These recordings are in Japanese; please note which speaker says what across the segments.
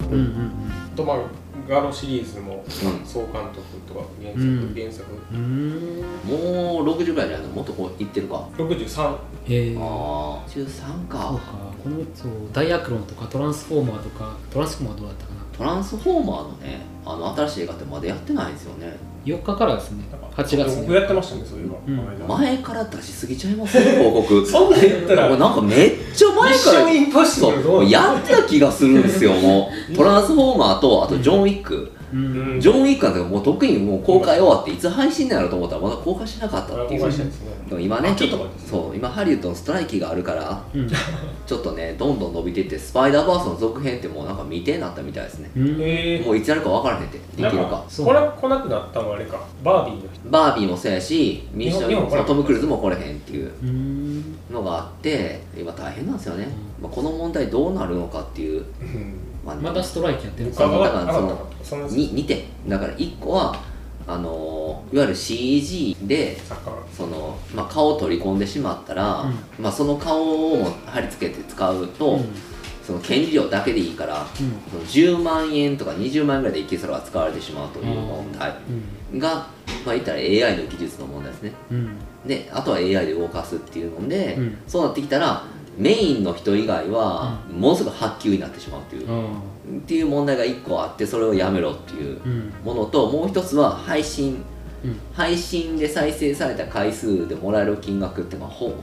Speaker 1: 督、とまあガロシリーズも総監督とか原作、
Speaker 2: うん
Speaker 1: 原作
Speaker 2: うん
Speaker 3: もう60ぐらいじゃないのもっとこういってるか、
Speaker 1: 63
Speaker 2: えー、
Speaker 3: ああ13
Speaker 2: そう
Speaker 3: か
Speaker 2: かこのそうダイアクロンとかトランスフォーマーとかトランスフォーマーどうだったかな
Speaker 3: トランスフォーマーのねあの新しい映画ってまだやってないんですよね
Speaker 2: 4日からですね
Speaker 1: なんか
Speaker 2: 8月
Speaker 1: 僕
Speaker 2: に
Speaker 1: やってましたねそういえば、
Speaker 2: うん
Speaker 1: この間
Speaker 3: 前から出しすぎちゃいますね広告
Speaker 1: そんなん言ったら
Speaker 3: これなんかめっちゃ前
Speaker 1: 一
Speaker 3: から
Speaker 1: 生インポッシブルど
Speaker 3: そうう
Speaker 1: なの
Speaker 3: やってた気がするんですよもうトランスフォーマーとあとジョン・ウィック、
Speaker 2: う
Speaker 1: うん
Speaker 2: ん
Speaker 3: ジョン・ウィックなんてもう特にもう公開終わっていつ配信になると思ったらまだ公開しなかったって
Speaker 1: 公
Speaker 3: いう
Speaker 1: 開したいですね
Speaker 3: でも今ねちょ
Speaker 1: 秋
Speaker 3: っ
Speaker 1: と
Speaker 3: と
Speaker 1: かですね
Speaker 3: そう今ハリウッドのストライキがあるから
Speaker 2: うん
Speaker 3: ちょっとねどんどん伸びてってスパイダーバースの続編ってもうなんか未定になったみたいですね
Speaker 2: うん
Speaker 1: え
Speaker 3: もういつやるか分からへんってでき
Speaker 1: な
Speaker 3: る
Speaker 1: ん
Speaker 3: か
Speaker 1: か来な来なくなったのはあれかバービーの人
Speaker 3: バービーもそうやし民主
Speaker 1: 日本
Speaker 3: 党
Speaker 1: 日本来な
Speaker 3: の
Speaker 1: い
Speaker 3: トム・クルーズも来れへんっていう
Speaker 2: うん
Speaker 3: のがあって今大変なんですよね、まあ、この問題どうなるのかっていう、まあ
Speaker 2: またストライキやってるん
Speaker 1: 物
Speaker 2: です
Speaker 1: 価
Speaker 2: か
Speaker 1: が上がった
Speaker 3: そ
Speaker 1: か
Speaker 3: の
Speaker 1: なかったその
Speaker 3: に2点だから1個はあのーいわゆる CG で
Speaker 1: 作家が
Speaker 3: その、まあ、顔を取り込んでしまったら、まあ、その顔を貼り付けて使うと、
Speaker 2: うん
Speaker 3: その権利料だけでいいか
Speaker 2: う
Speaker 3: ら
Speaker 2: ん
Speaker 3: その10万円とか20万円ぐらいでいけそらが使われてしまうという問題が、まあ、言ったら AI の技術の問題ですね
Speaker 2: うんうん
Speaker 3: であとは AI で動かすっていうので、
Speaker 2: うん
Speaker 3: そうなってきたらメインの人以外はものすごく発給になってしまうっていう、
Speaker 2: あ
Speaker 3: っていう問題が1個あってそれをやめろっていう
Speaker 2: ーうん
Speaker 3: ものともう一つは配信
Speaker 2: うん
Speaker 3: 配信で再生された回数でもらえる金額ってまあほ,、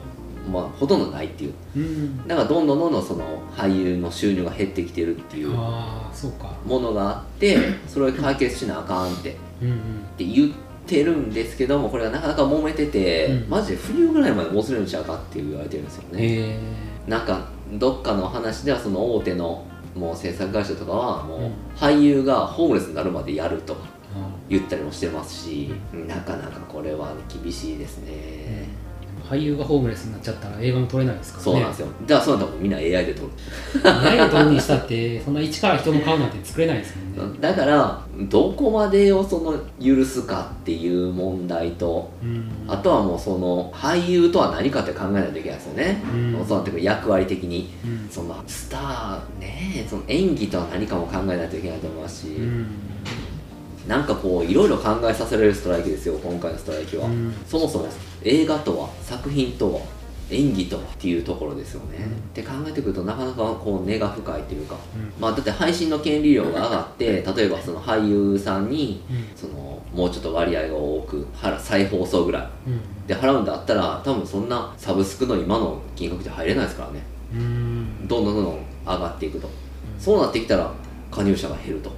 Speaker 3: まあ、ほとんどないっていう
Speaker 2: うん
Speaker 3: だからどんどんどんどんその俳優の収入が減ってきてるっていうも
Speaker 2: ああそうか
Speaker 3: のがあってそれを解決しなあかんって
Speaker 2: うんうん
Speaker 3: って言ってるんですけどもこれがなかなか揉めてて、
Speaker 2: うん
Speaker 3: マジで冬ぐらいまでもつれるんちゃうかって言われてるんですよね、
Speaker 2: え
Speaker 3: なんかどっかの話ではその大手のもう制作会社とかはもう
Speaker 2: うん
Speaker 3: 俳優がホームレスになるまでやるとか
Speaker 2: ーあ
Speaker 3: 言ったりもしてますしなかなかこれは厳しいですね、
Speaker 2: ー俳優がホームレスになっちゃったら映画も撮れないですからね
Speaker 3: そうなんですよ、じゃあそうなったらみんな AI で撮る、
Speaker 2: 何を撮るにしたってそんな一から人の顔なんて作れないですもんね
Speaker 3: だからどこまでをその許すかっていう問題と
Speaker 2: うん
Speaker 3: あとはもうその俳優とは何かって考えないといけないですよね、
Speaker 2: うん
Speaker 3: そうなってくる役割的に
Speaker 2: うん
Speaker 3: そのスターねその演技とは何かも考えないといけないと思いますし、
Speaker 2: うん
Speaker 3: なんかこういろいろ考えさせられるストライキですよ今回のストライキは、
Speaker 2: うん
Speaker 3: そもそも映画とは作品とは演技とはっていうところですよね、
Speaker 2: うん
Speaker 3: って考えてくるとなかなかこう根が深いというか、
Speaker 2: うん
Speaker 3: まあだって配信の権利料が上がって例えばその俳優さんに
Speaker 2: うん
Speaker 3: そのもうちょっと割合が多く払再放送ぐらい
Speaker 2: うん
Speaker 3: で払うんだったら多分そんなサブスクの今の金額じゃ入れないですからね
Speaker 2: うん
Speaker 3: どんどんどんどん上がっていくとそうなってきたら加入者が減ると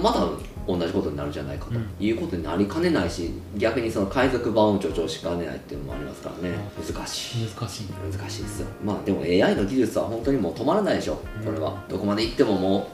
Speaker 3: また同じことになるんじゃないかと、
Speaker 2: うん
Speaker 3: いうことになりかねないし逆にその海賊版を助長しかねないっていうのもありますからね難しい
Speaker 2: 難しい
Speaker 3: 難しいですよまあでも AI の技術は本当にもう止まらないでしょこれはどこまで行ってもも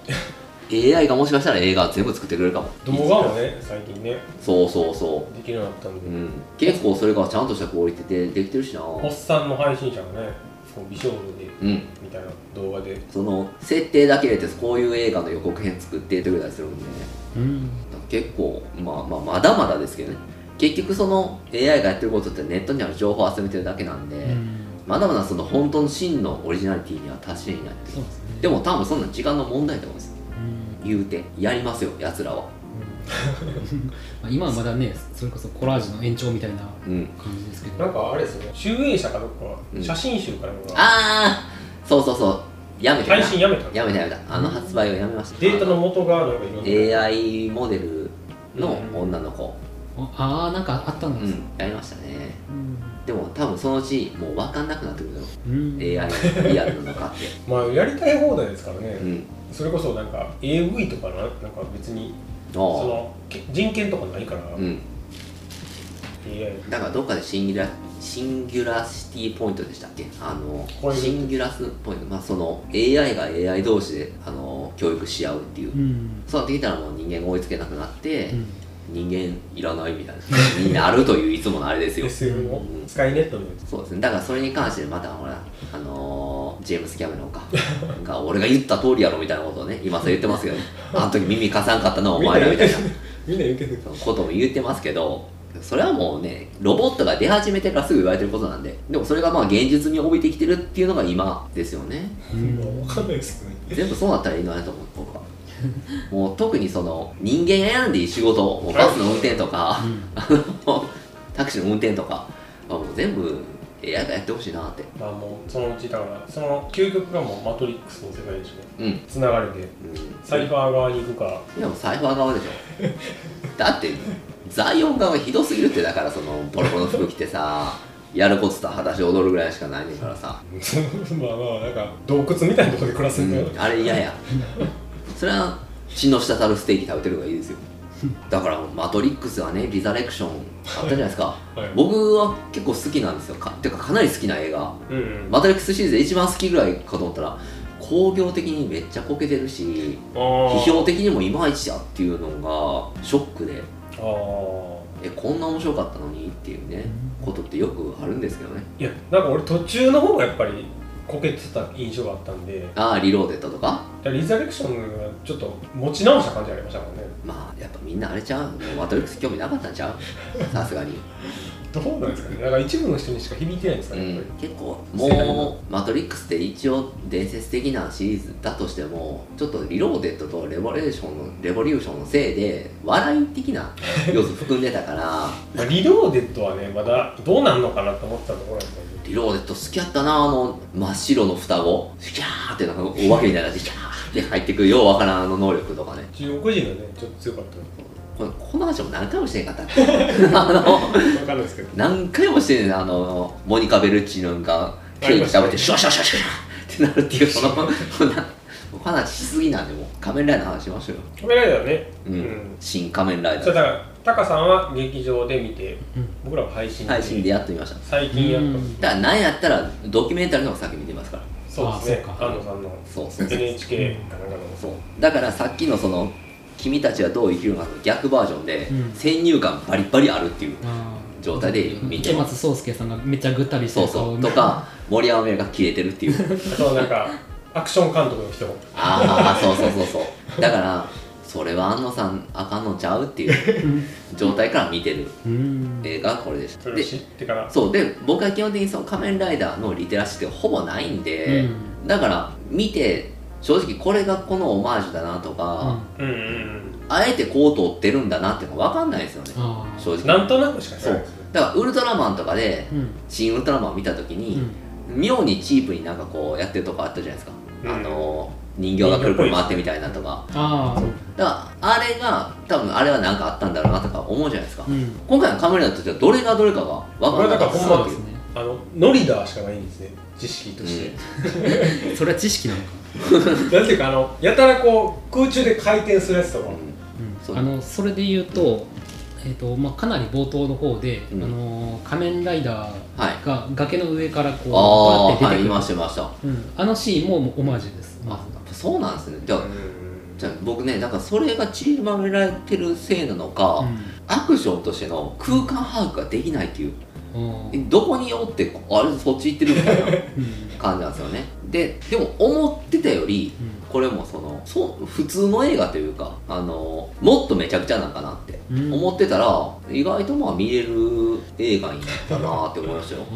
Speaker 3: う AI がもしかしたら映画全部作ってくれるかも
Speaker 1: 動画もね最近ね
Speaker 3: そうそうそ
Speaker 1: できるようになったん
Speaker 3: う、
Speaker 1: で、
Speaker 3: うん、結構それがちゃんとしたクオリティでできてるしな
Speaker 1: おっさんの配信者がねこう美少女で
Speaker 3: うん
Speaker 1: みたいな動画で
Speaker 3: その設定だけ入れてこういう映画の予告編作ってってぐらいするんでね
Speaker 2: うん
Speaker 3: 結構、まあ、まあまだまだですけどね結局その AI がやってることってネットにある情報を集めてるだけなんで、
Speaker 2: うん
Speaker 3: まだまだその本当の真のオリジナリティには達していない
Speaker 2: そうですね
Speaker 3: でも多分そんな時間の問題だと思うんです
Speaker 2: うん
Speaker 3: 言うてやりますよやつらは
Speaker 2: まあ今はまだねそれこそコラージュの延長みたいな
Speaker 3: うん
Speaker 2: 感じですけど
Speaker 1: なんかあれですね集英社かどっか
Speaker 3: うん
Speaker 1: 写真集かなんか
Speaker 3: ああそうそうそうやめた
Speaker 1: 配
Speaker 3: や
Speaker 1: 信やめたの
Speaker 3: めたやめたあの発売をやめました
Speaker 1: データの元がなんかいろんな、
Speaker 3: AI モデルの女の子、
Speaker 2: ああーなんかあったん
Speaker 3: う
Speaker 2: です
Speaker 3: ん、やりましたね
Speaker 2: うん
Speaker 3: でも多分そのうちもう分かんなくなってくるよ
Speaker 2: うん、
Speaker 3: AI のリアルなのかって
Speaker 1: まあやりたい放題ですからね、
Speaker 3: うん
Speaker 1: それこそなんか AV とかななんか別にそ
Speaker 3: あ
Speaker 1: のけ人権とかないから、
Speaker 3: あうん
Speaker 1: AI
Speaker 3: だからどっかでシンギュラシンギュラシティポイントでしたっけあの
Speaker 1: これ
Speaker 3: シンギュラスポイントまあその AI が AI 同士であの教育し合うっていう、
Speaker 2: うん
Speaker 3: そうなってきたらもう人間が追いつけなくなって、
Speaker 2: うん
Speaker 3: 人間いらないみたいなになるといういつものあれですよ
Speaker 1: SM をスカイネットのやつ
Speaker 3: そうですねだからそれに関してまたほらあのージェームス・キャメロンかが俺が言った通りやろみたいなことをね今さ言ってますけど あの時耳貸さんかったのはお前らみたいな
Speaker 1: みんな言ってる
Speaker 3: ことも言ってますけどそれはもうねロボットが出始めてからすぐ言われてることなんででもそれがまあ現実に帯びてきてるっていうのが今ですよね
Speaker 2: うん
Speaker 1: わかんないですけどね
Speaker 3: 全部そうなったらいいのになと思う僕はもう特にその人間選んでいい仕事もうバスの運転とか、
Speaker 2: うん
Speaker 3: あのタクシーの運転とか、まあ、もう全部 AI がやってほしいなって
Speaker 1: まあもうそのうちだからその究極がもうマトリックスの世界でしょ
Speaker 3: うん、うん、
Speaker 1: つながれてサイファー側に行くか
Speaker 3: でもサイファー側でしょだってザイオン側ひどすぎるってだからそのボロボロの服着てさやることと裸足踊るぐらいしかないねんからさ、
Speaker 1: まあまあなんか洞窟みたいなところで暮らすんだよ、
Speaker 3: うんあれ嫌やそれは血の滴るステーキ食べてる方がいいですよだから「マトリックス」はね「リザレクション」あったじゃないですか
Speaker 1: はい
Speaker 3: 僕は結構好きなんですよかてかかなり好きな映画
Speaker 1: うんうん
Speaker 3: マトリックスシリーズで一番好きぐらいかと思ったら興行的にめっちゃこけてるし
Speaker 1: あー
Speaker 3: 批評的にもいまいちだっていうのがショックで
Speaker 1: あー
Speaker 3: えこんな面白かったのにっていうねことってよくあるんですけどね
Speaker 1: いやなんか俺途中の方がやっぱりこけてた印象があったんでだか
Speaker 3: ああリローデッドとから
Speaker 1: リザレクションがちょっと持ち直した感じありましたもんね
Speaker 3: まあやっぱみんなあれちゃうマトリックス興味なかったんちゃうさすがに、
Speaker 1: どうなんですかねなんか一部の人にしか響いてないんです
Speaker 3: う
Speaker 1: かね、やっぱ、
Speaker 3: ん結構
Speaker 1: 世界
Speaker 3: も
Speaker 1: の
Speaker 3: う「マトリックス」って一応伝説的なシリーズだとしてもちょっとリローデッドとレボレーションのレボリューションのせいで笑い的な要素含んでたから
Speaker 1: りまあリローデッドはねまだどうなんのかなと思ってたところなんですよね
Speaker 3: リローデッド好きやったなあの真っ白の双子キャーってなんかお化けみたいになってキャーって入ってくるようわからんあの能力とかね
Speaker 1: 中国人がねちょっと強かったの
Speaker 3: このこの話も何回もしてんかったっけ あの
Speaker 1: 分かんないですけど
Speaker 3: 何回もしてんねんあのモニカ・ベルッチなんかケーキ食べてシュワシュワシュワシュワってなるっていうそのこんな話しすぎなんでもう仮面ライダーの話しましょうよ、
Speaker 1: カメライダーね
Speaker 3: うん新仮面ライダ
Speaker 1: それ
Speaker 3: ー
Speaker 1: だからタカさんは劇場で見て
Speaker 2: うん
Speaker 1: 僕らは配信で
Speaker 3: 配信でやってみました
Speaker 1: 最近やったんで
Speaker 2: うん
Speaker 1: す
Speaker 3: だから何やったらドキュメンタリーの方が先見てますから
Speaker 1: そうですね
Speaker 2: あそうか
Speaker 1: 安野さんの
Speaker 3: そうそうそう
Speaker 1: NHK かなんかの
Speaker 3: そうだからさっきのその君たちはどう生きるのかの逆バージョンで、
Speaker 2: うん
Speaker 3: 先入観バリバリあるっていう
Speaker 2: あ
Speaker 3: 状態で見て
Speaker 2: 池松壮亮さんがめっちゃぐったりして
Speaker 3: そう
Speaker 2: る
Speaker 3: そ
Speaker 2: 顔
Speaker 3: うとか森山未來が消えてるっていう
Speaker 1: あとなんかアクション監督の人
Speaker 3: ああそうそうそうそうだからそれは安野さんあかんのちゃうっていう状態から見てる
Speaker 2: うん
Speaker 3: 映画がこれでした
Speaker 1: それを
Speaker 3: で
Speaker 1: 知ってから
Speaker 3: そうで僕は基本的にその仮面ライダーのリテラシーってほぼないんで、
Speaker 2: う
Speaker 3: だから見て正直これがこのオマージュだなとか、
Speaker 1: うんうんうん
Speaker 3: あえてこう撮ってるんだなっていうのが分かんないですよね
Speaker 2: ああ
Speaker 3: 正直
Speaker 1: なんとなくしか知
Speaker 3: そ
Speaker 1: ら
Speaker 3: う
Speaker 1: ないですね
Speaker 3: だからウルトラマンとかで
Speaker 2: うん
Speaker 3: 新ウルトラマンを見た時
Speaker 2: う
Speaker 3: に、
Speaker 2: ん
Speaker 3: 妙にチープになんかこうやってるとこあったじゃないですか、
Speaker 1: うん
Speaker 3: あの人形がくるくる回ってみたいなとか、
Speaker 2: ああそう
Speaker 3: だからあれが多分あれは何かあったんだろうなとか思うじゃないですか、
Speaker 2: うん
Speaker 3: 今回のカメラの時はどれがどれかが分からな
Speaker 1: これだか
Speaker 3: かった
Speaker 1: らほんま
Speaker 3: って
Speaker 2: で
Speaker 3: いう
Speaker 2: すね
Speaker 1: あのノリダーしかないんですね知識として、
Speaker 2: それは知識なのか、
Speaker 1: なんていうかあのやたらこう空中で回転するやつとか、
Speaker 3: そう
Speaker 2: うん、あのそれで言うと,、えーとまあ、かなり冒頭の方で、
Speaker 3: うん
Speaker 2: あのー仮面ライダー
Speaker 3: はい
Speaker 2: が崖の上からこう
Speaker 3: あ
Speaker 2: バーって出て
Speaker 3: あーはいい
Speaker 2: くる、
Speaker 3: ましたいました
Speaker 2: うん、あのシーンももうオマージュです、ま
Speaker 3: あ
Speaker 2: あ、
Speaker 3: そうなんですねじゃあ
Speaker 1: うん
Speaker 3: じゃあ僕ねだからそれが散りばめられてるせいなのか、
Speaker 2: う
Speaker 3: アクションとしての空間把握ができないっていう
Speaker 2: うん
Speaker 3: えどこによってこあれそっち行ってるみたいな
Speaker 2: うん
Speaker 3: 感じなんですよね ででも思ってたよりこれもそのそう普通の映画というかあのもっとめちゃくちゃなんかなって
Speaker 2: うん
Speaker 3: 思ってたら意外とまあ見れる映画になったなって思いましたよ
Speaker 2: あ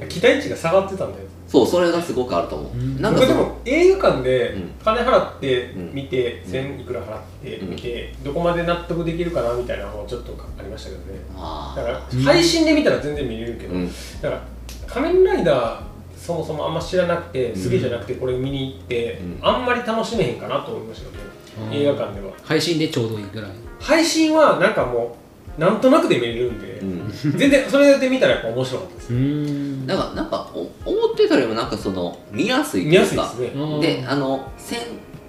Speaker 2: ー
Speaker 3: うん
Speaker 1: 期待値が下がってたんだよ
Speaker 3: そうそれがすごくあると思う、
Speaker 2: うん
Speaker 3: なんか
Speaker 1: 僕
Speaker 3: そ
Speaker 1: で
Speaker 3: の
Speaker 1: も映画館で
Speaker 3: うん
Speaker 1: 金払って
Speaker 3: うん
Speaker 1: 見て、
Speaker 3: うん
Speaker 1: 1000いくら払って
Speaker 3: うん
Speaker 1: 見て、どこまで納得できるかなみたいなのもちょっとありましたけどねだか
Speaker 3: あ
Speaker 1: ら
Speaker 2: うん
Speaker 1: 配信で見たら全然見れるけ
Speaker 3: ー
Speaker 1: ど、
Speaker 3: うん
Speaker 1: だから仮面ライダーそもそもあんま知らなくてすげえじゃなくてこれ見に行って、
Speaker 3: うん
Speaker 1: あんまり楽しめへんかなと思いましたけど、
Speaker 2: うん
Speaker 1: ね、映画館では
Speaker 2: 配信でちょうどいいぐらい
Speaker 1: 配信はなんかもうなんとなくで見れるんで、
Speaker 3: うん
Speaker 1: 全然それで見たらやっぱ面白かったです、
Speaker 2: うん
Speaker 3: なんかなんかお思ってたよりもなんかその見やすいって
Speaker 1: 見や
Speaker 3: い
Speaker 1: す
Speaker 3: う
Speaker 1: いで
Speaker 3: か
Speaker 1: すね、
Speaker 3: であのせん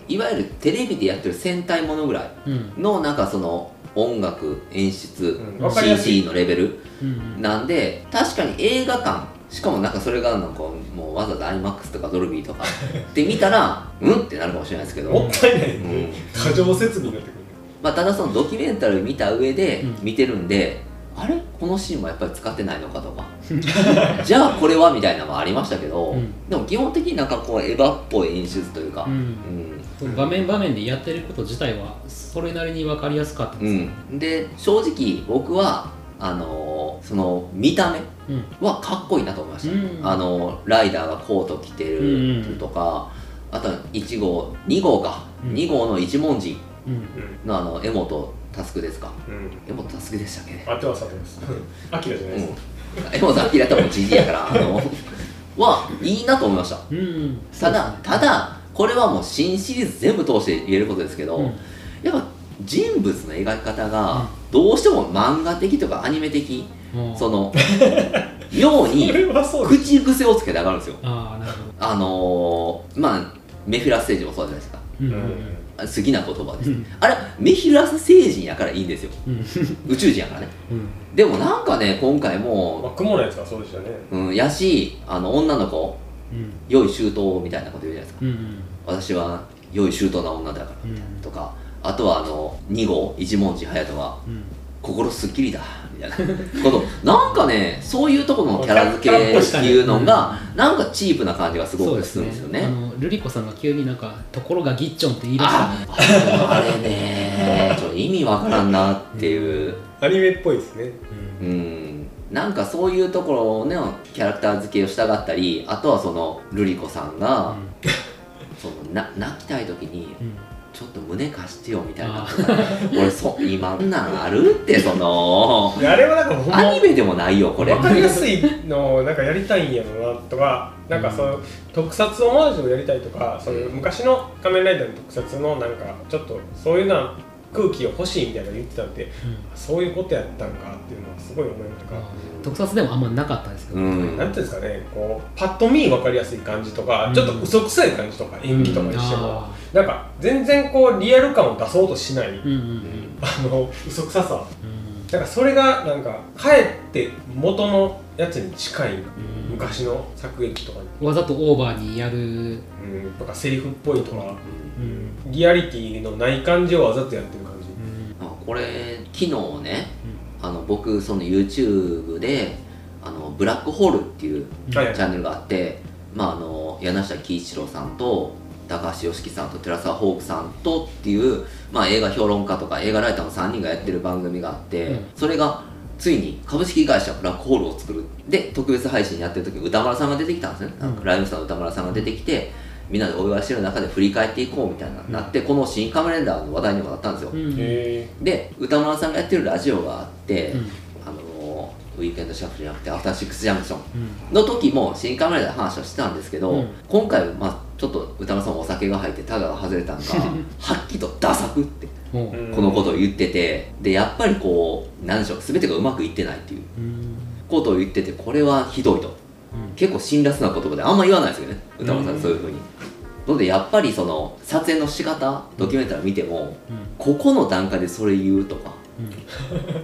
Speaker 3: いわゆるテレビでやってる戦隊ものぐらい
Speaker 2: うん
Speaker 3: のなんかその音楽演出、
Speaker 1: うん
Speaker 2: わ
Speaker 1: かりやすい
Speaker 3: CG のレベル
Speaker 2: うん
Speaker 3: なんで確かに映画館しかもなんかそれがなんかもうわざわざ IMAX とかドルビーとかで見たらうんってなるかもしれないですけど、
Speaker 1: もったいない、
Speaker 3: うん
Speaker 1: 過剰設備になってくる
Speaker 3: まあ、ただそのドキュメンタリー見た上で
Speaker 2: うん
Speaker 3: 見てるんで、あれこのシーンもやっぱり使ってないの かとかじゃあこれはみたいなのもありましたけど、
Speaker 2: うん
Speaker 3: でも基本的になんかこうエヴァっぽい演出というか、
Speaker 2: う
Speaker 3: うんん
Speaker 2: 場面場面でやってること自体はそれなりに分かりやすかったです、
Speaker 3: うんで正直僕はあのーその見た目
Speaker 2: うん
Speaker 3: はかっこいいなと思いました、
Speaker 2: うん
Speaker 3: あのライダーがコート着てるとか、あと1号2号か、
Speaker 2: うん
Speaker 3: 2号の一文字
Speaker 2: うん
Speaker 3: のあの江本タスクですか
Speaker 1: うんうん
Speaker 3: 江本タスクでしたっけ
Speaker 1: 合ってます合ってますアキラじゃないです
Speaker 3: うん、江本さん平田もじじいやからあのはいいなと思いました
Speaker 2: うんうん
Speaker 3: ただただこれはもう新シリーズ全部通して言えることですけど、
Speaker 2: うん
Speaker 3: やっぱ人物の描き方
Speaker 2: うん
Speaker 3: がどうしても漫画的とかアニメ的、
Speaker 2: もう
Speaker 3: そのよう
Speaker 1: それ
Speaker 3: に
Speaker 1: はそうです
Speaker 3: 口癖をつけて上がるんですよ
Speaker 2: ああなるほど
Speaker 3: あのー、まあメフィラス星人もそうじゃないですか
Speaker 2: うん
Speaker 1: う
Speaker 2: うん
Speaker 1: ん
Speaker 3: あ好きな言葉です、
Speaker 2: うん
Speaker 3: あれメフィラス星人やからいいんですよ
Speaker 2: うん
Speaker 3: 宇宙人やからね
Speaker 2: うん
Speaker 3: でもなんかね今回
Speaker 1: ま
Speaker 3: も、
Speaker 1: あ雲のやつはそうでしたね
Speaker 3: うん、やしあの女の子
Speaker 2: うん
Speaker 3: 良い周到みたいなこと言うじゃないです
Speaker 2: う
Speaker 3: か
Speaker 2: んうん
Speaker 3: 私は良い周到な女だから
Speaker 2: うん
Speaker 3: とかあとはあの2号一文字隼人が
Speaker 2: うん
Speaker 3: 心すっきりだみたい なことなんかねそういうところのキャラ付けっていうのがなんかチープな感じがすごくするんですよ
Speaker 2: あ
Speaker 3: ね
Speaker 2: のルリ子さんが急になんか「ところがギッチョン」って言い出した
Speaker 3: あ
Speaker 2: ね
Speaker 3: あれねちょっと意味わからんなっていう
Speaker 1: アニメっぽいですね
Speaker 2: うん
Speaker 3: うんなんかそういうところのキャラクター付けをしたがったりあとはそのルリ子さんがそのな泣きたい時に
Speaker 2: うん
Speaker 3: ちょっと胸貸してよみたいな
Speaker 2: あ
Speaker 3: 俺そ今んなんあるってその
Speaker 1: いやあれはなんかほん
Speaker 3: ア
Speaker 1: ま
Speaker 3: ニメでもないよこれ
Speaker 1: 分かりやすいのをなんかやりたいんやろなとかなんかその特撮オマージュをやりたいとかそういう昔の「仮面ライダー」の特撮のなんかちょっとそういうな空気を欲しいみたいなの言ってたんで
Speaker 2: うん
Speaker 1: そういうことやったんかっていうのはすごい思いました
Speaker 2: ま
Speaker 1: か
Speaker 2: あ特撮でもあんまなかったですけ
Speaker 3: う
Speaker 2: ど、
Speaker 3: ん
Speaker 1: なんていうんですかねこうパッと見分かりやすい感じとか、
Speaker 2: うん
Speaker 1: ちょっと嘘くさい感じとか演技とかにしても、
Speaker 2: あ
Speaker 1: なんか全然こうリアル感を出そうとしない、
Speaker 2: ーうんうん
Speaker 1: あの嘘くささ
Speaker 2: うん
Speaker 1: なんかそれがなんかかえって元のやつに近い
Speaker 2: うん
Speaker 1: 昔の作劇とかに、
Speaker 2: わざとオーバーにやる、
Speaker 1: うん、とかセリフっぽいとか
Speaker 2: うん
Speaker 1: リアリティのない感じをわざとやってる感じ
Speaker 2: うん
Speaker 3: あこれ昨日ねあの僕その YouTube であのブラックホールっていう
Speaker 2: うん
Speaker 1: はい
Speaker 3: チャンネルがあって、まあ、あの柳下喜一郎さんと高橋良樹さんと寺澤ホークさんとっていう、まあ、映画評論家とか映画ライターの3人がやってる番組があって、
Speaker 2: うん
Speaker 3: それがついに株式会社ブラックホールを作るで特別配信やってる時歌丸さんが出てきたんですね、
Speaker 2: うん
Speaker 3: ライムスターの歌丸さんが出てきてみんなでお祝いしてる中で振り返っていこうみたいな、なってこの「新カメランダー」の話題にもなったんですよ、
Speaker 2: うん
Speaker 1: へ
Speaker 3: で歌丸さんがやってるラジオがあって、
Speaker 2: うん
Speaker 3: あのウィークエンドシャッフルじゃなくてアフターシックスジャンクション
Speaker 2: うん
Speaker 3: の時も新カメラで話をしてたんですけど、
Speaker 2: うん
Speaker 3: 今回はまあちょっと歌丸さんもお酒が入ってタガが外れた んかはっきりと「ダサく」って
Speaker 2: も
Speaker 1: え
Speaker 2: う、
Speaker 3: このことを言っててでやっぱりこうなんでしょう全てがうまくいってないっていう
Speaker 2: うん
Speaker 3: ことを言っててこれはひどいと
Speaker 2: うん
Speaker 3: 結構辛辣な言葉であんま言わないですよね歌丸さんそういうふうに。のでやっぱりその撮影の仕方ドキュメンタリー見ても
Speaker 2: うん
Speaker 3: ここの段階でそれ言う とか
Speaker 2: うん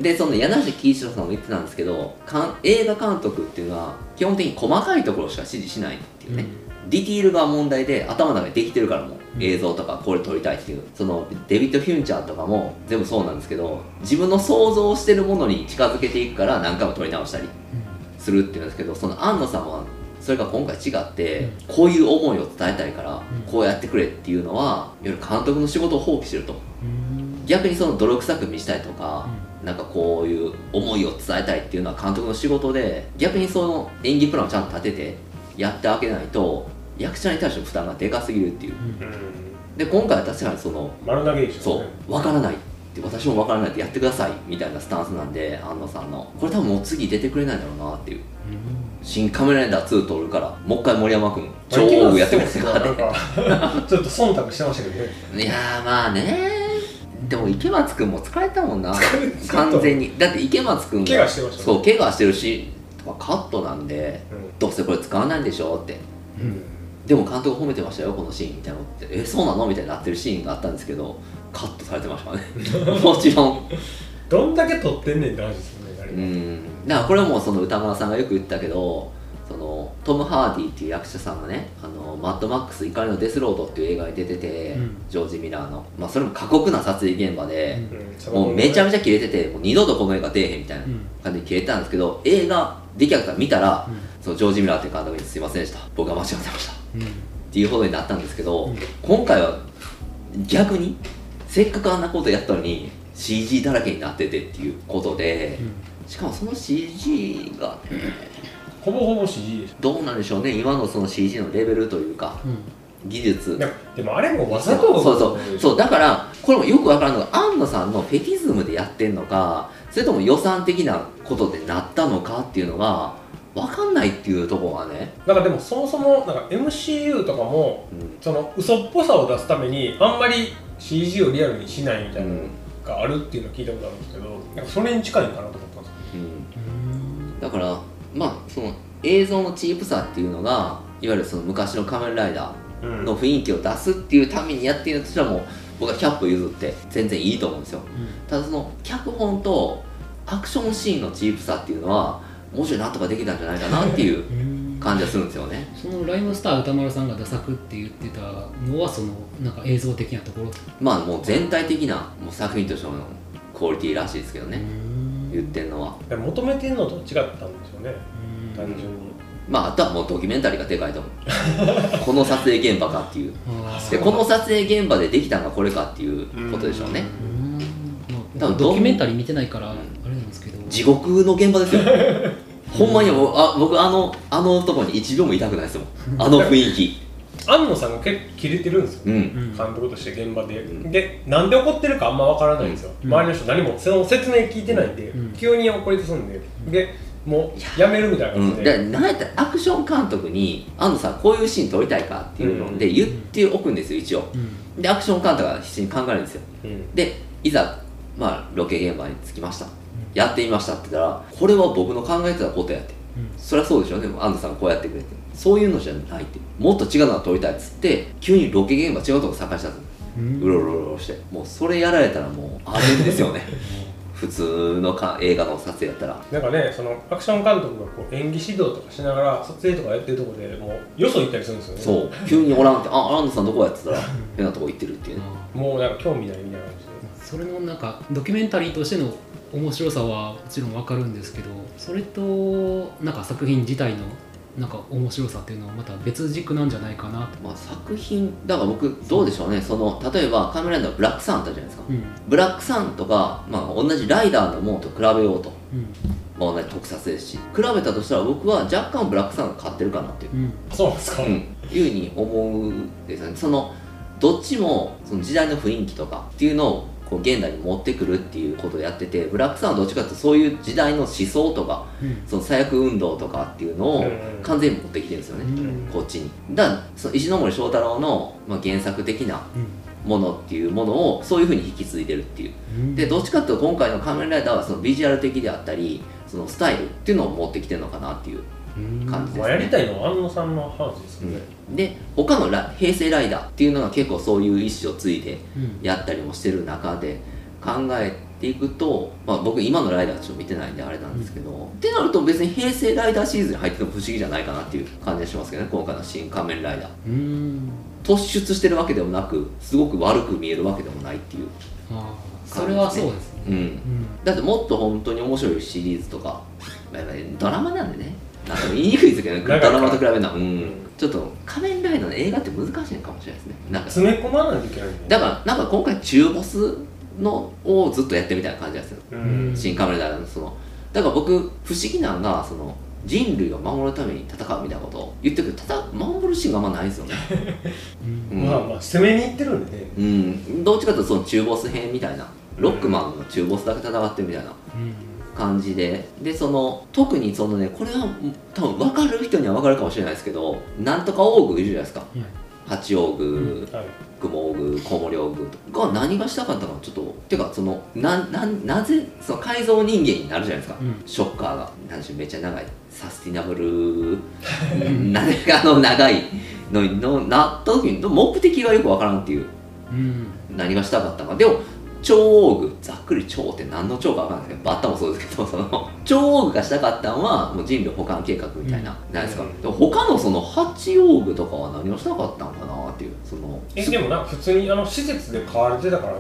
Speaker 3: でその柳瀬喜一郎さんも言ってたんですけどかん映画監督っていうのは基本的に細かいところしか指示しないっていうね、ディティールが問題で頭の中にできてるからもう
Speaker 2: うん
Speaker 3: 映像とかこれ撮りたいっていうそのデビッド・フュンチャーとかも全部そうなんですけど自分の想像してるものに近づけていくから何回も撮り直したりするっていうんですけどその庵野さんはそれが今回違って、
Speaker 2: うん
Speaker 3: こういう思いを伝えたいから
Speaker 2: うん
Speaker 3: こうやってくれっていうのはいわゆる監督の仕事を放棄してると
Speaker 2: うん
Speaker 3: 逆にその泥臭く見せたいとか、なんかこういう思いを伝えたいっていうのは監督の仕事で逆にその演技プランをちゃんと立ててやってあげないと役者に対しての負担がでかすぎるっていう
Speaker 2: うん
Speaker 1: ーうん
Speaker 3: で今回は確かにその
Speaker 1: 丸投げでしょ
Speaker 3: そう分からないって私も分からないってやってくださいみたいなスタンスなんで安野さんのこれ多分もう次出てくれないだろうなっていう「新カメラライダー2」撮るからもう一回森山君超大具やってくれって
Speaker 1: なんかちょっと忖度してましたけどね
Speaker 3: いやーまあねでも池松君も疲れたもんな
Speaker 1: れてた
Speaker 3: 完全にだって池松君が
Speaker 1: 怪我してましたね
Speaker 3: そう怪我してるしまあカットなんでどうせこれ使わないんでしょうって
Speaker 1: うん、
Speaker 3: でも監督褒めてましたよこのシーンみたいなのってえそうなのみたいになってるシーンがあったんですけどカットされてましたね もちろん
Speaker 1: どんだけ撮ってんねんって話ですよねあれ
Speaker 3: うんだからこれもその歌丸さんがよく言ったけどそのトム・ハーディっていう役者さんがね「あのマッドマックス怒りのデスロード」っていう映画に出てて、
Speaker 2: うん
Speaker 3: ジョージ・ミラーの、まあ、それも過酷な撮影現場で、
Speaker 1: うん
Speaker 3: もうめちゃめ
Speaker 1: ち
Speaker 3: ちゃキレててもう二度とこの映画出えへんみたいな
Speaker 2: うん
Speaker 3: 感じでキレてたんですけど映画出来上がったら見たら、そのジョージ・ミラーっていう監督に「すいませんでした僕が間違ってました」
Speaker 2: うん
Speaker 3: っていうほどになったんですけど、
Speaker 2: うん
Speaker 3: 今回は逆にせっかくあんなことやったのに CG だらけになっててっていうことで、しかもその CG がね
Speaker 1: ゃほぼほぼ CG でし
Speaker 3: どうなんでしょうね今のその CG のレベルというか
Speaker 2: うん
Speaker 3: 技術
Speaker 1: でもでもあれもわざと
Speaker 3: そうそうそうだからこれもよくわからんのが安野さんのフェティズムでやってんのかそれとも予算的なことでなったのかっていうのがわかんないっていうところがね、
Speaker 1: なんかでもそもそもなんか MCU とかも
Speaker 3: うん
Speaker 1: その嘘っぽさを出すためにあんまり CG をリアルにしないみた
Speaker 3: う
Speaker 1: いなの
Speaker 3: ん
Speaker 1: があるっていうのを聞いたことあるんですけどなんかそれに近いんかなと思ったんです
Speaker 3: うん、
Speaker 2: うん
Speaker 3: だからまあその映像のチープさっていうのがいわゆるその昔の仮面ライダ
Speaker 1: よ、
Speaker 3: ーの雰囲気を出すっていうためにやっているとしたらもう僕は100歩譲って全然いいと思うんですよただその脚本とアクションシーンのチープさっていうのはもうちょいなんとかできたんじゃないかなっ てい
Speaker 2: う
Speaker 3: う
Speaker 2: ん
Speaker 3: 感じがするんですよね
Speaker 2: そのライムスター歌丸さんがダサくって言ってたのはそのなんか映像的なところ
Speaker 3: まあもう全体的なもう作品としてのクオリティらしいですけど
Speaker 2: う
Speaker 3: ね
Speaker 2: ん
Speaker 3: 言ってるのは
Speaker 1: で求めてんのとは違ったんでしょうね
Speaker 2: うん
Speaker 1: 単純に、
Speaker 3: まああとはもうドキュメンタリーがでかいと思うこの撮影現場かっていう
Speaker 2: あー
Speaker 3: でこの撮影現場でできたのがこれかっていうことでしょうね
Speaker 2: うんまあ
Speaker 3: 多分
Speaker 2: 僕ドキュメンタリー見てないからあ
Speaker 3: うん
Speaker 2: れなんですけど
Speaker 3: 地獄の現場 ですよほんまにもうあ僕あのあのとこに一秒も痛くないですも んあの雰囲気
Speaker 1: 安野さんが結構キレてるんですよ
Speaker 3: うん
Speaker 2: うん
Speaker 1: 監督として現場で、
Speaker 3: うん
Speaker 1: でなんで怒ってるかあんまわからないんですよ、
Speaker 2: うん
Speaker 1: 周りの人何もその説明聞いてないんで、
Speaker 2: うん
Speaker 1: 急に怒り出すんででもうやめるみたいな
Speaker 3: う
Speaker 1: 感
Speaker 3: ん、
Speaker 1: じで、
Speaker 3: だからなんやったらアクション監督に「安野さんこういうシーン撮りたいか」っていうので言っておくんですよ一応
Speaker 2: うん
Speaker 3: でアクション監督が必死に考えるんですよ
Speaker 1: うん
Speaker 3: でいざ、まあ、ロケ現場に着きましたやってみましたって言ったらこれは僕の考えてたことやって
Speaker 2: うん
Speaker 3: そりゃそうでしょうね安野さんがこうやってくれてそういうのじゃないってもっと違うのが撮りたいっつって急にロケ現場違うとこ探したんです
Speaker 2: うん
Speaker 3: うろうろうろうろしてもうそれやられたらもうあれですよね 普通のか映画の撮影やったら
Speaker 1: なんかねそのアクション監督がこう演技指導とかしながら撮影とかやってるとこでもうよそ行ったりするんですよね
Speaker 3: そう急におらんって「あ安野さんどこや?」って言ったら変なとこ行ってるっていうね
Speaker 2: あ
Speaker 1: もうなんか興味ないみたいな感じで
Speaker 2: ーそれのなんかドキュメンタリーとしての面白さはもちろんわかるんですけどそれとなんか作品自体のなんか面白さっていうのはまた別軸なんじゃないかなと
Speaker 3: まあ作品だから僕どうでしょうねその例えばカメラのブラックサンあったじゃないですか
Speaker 2: うん
Speaker 3: ブラックサンとか、まあ、同じライダーのものと比べようと、
Speaker 2: うん
Speaker 3: まあ、同じ特撮ですし比べたとしたら僕は若干ブラックサンが勝ってるかなっていう
Speaker 2: うん
Speaker 1: そうなんですか、
Speaker 3: うん、いうふうに思うんですよねそのどっちもその時代の雰囲気とかっていうのをこう現代に持ってくるっていうことをやっててブラックさんはどっちかっていうとそういう時代の思想とか
Speaker 2: うん
Speaker 3: その左翼運動とかっていうの
Speaker 1: う
Speaker 3: を
Speaker 1: ん
Speaker 3: 完全に持ってきてるんですよ
Speaker 2: う
Speaker 3: ね、
Speaker 2: ん
Speaker 3: こっちにだからその石ノ森章太郎の、まあ、原作的なものっていうものをそういうふうに引き継いでるっていう
Speaker 2: うん
Speaker 3: でどっちかっていうと今回の「仮面ライダー」はそのビジュアル的であったりそのスタイルっていうのを持ってきてるのかなっていう感じですね、
Speaker 1: まあ、やりたいのは安野さんの話ですよね、
Speaker 3: で他のラ平成ライダーっていうのが結構そういう意思を継いで
Speaker 2: うん
Speaker 3: やったりもしてる中で考えていくと、まあ、僕今のライダーちょっと見てないんであれなんですけど、ってなると別に平成ライダーシリーズに入ってても不思議じゃないかなっていう感じがしますけどね今回の「新仮面ライダー
Speaker 2: うん」
Speaker 3: 突出してるわけでもなくすごく悪く見えるわけでもないっていう、
Speaker 2: あーそれはそうですね
Speaker 3: うん、
Speaker 2: うん
Speaker 3: だってもっと本当に面白いシリーズとか、まあやっぱりドラマなんでねなんとも言いにくいですけどね
Speaker 1: なんか
Speaker 3: ドラマと比べるのはうんちょっと仮面ライダーの映画って難しいのかもしれないですねなんか
Speaker 1: 詰め込まないといけないんで
Speaker 3: だからなんか今回中ボスのをずっとやってみたいな感じなんですよ
Speaker 1: うん
Speaker 3: 新仮面ライダーのそのだから僕不思議なのがその人類を守るために戦うみたいなことを言ってるけどただ守るシーンがあんまないんですよね、
Speaker 2: うん
Speaker 3: うん
Speaker 1: まあまあ攻めに行ってるんでね
Speaker 3: うん、どっちかというとその中ボス編みたいなロックマンの中ボスだけ戦ってるみたいな
Speaker 2: うん
Speaker 3: 感じででその特にそのねこれは多分分かる人には分かるかもしれないですけどなんとか王宮いるじゃないですか
Speaker 2: はい
Speaker 3: 八王宮、
Speaker 1: はい
Speaker 3: 雲王宮小森王宮とかが何がしたかったのかちょっとていうかそのなななぜその改造人間になるじゃないですか、
Speaker 2: うん
Speaker 3: ショッカーが何でしょうめっちゃ長いサスティナブ ルなぜかの長いのにのなった時に目的がよく分からんっていう
Speaker 2: うん
Speaker 3: 何がしたかったかでも超王宮ざっくり超って何の超か分かんないですけどバッタもそうですけどその超王宮がしたかったのはもう人類保管計画みたいな、
Speaker 2: うん
Speaker 3: じゃないですか、
Speaker 1: うん
Speaker 3: でも他のその八王宮とかは何をしたかったのかなっていうその
Speaker 1: えでもなんか普通にあの施設で買われてたから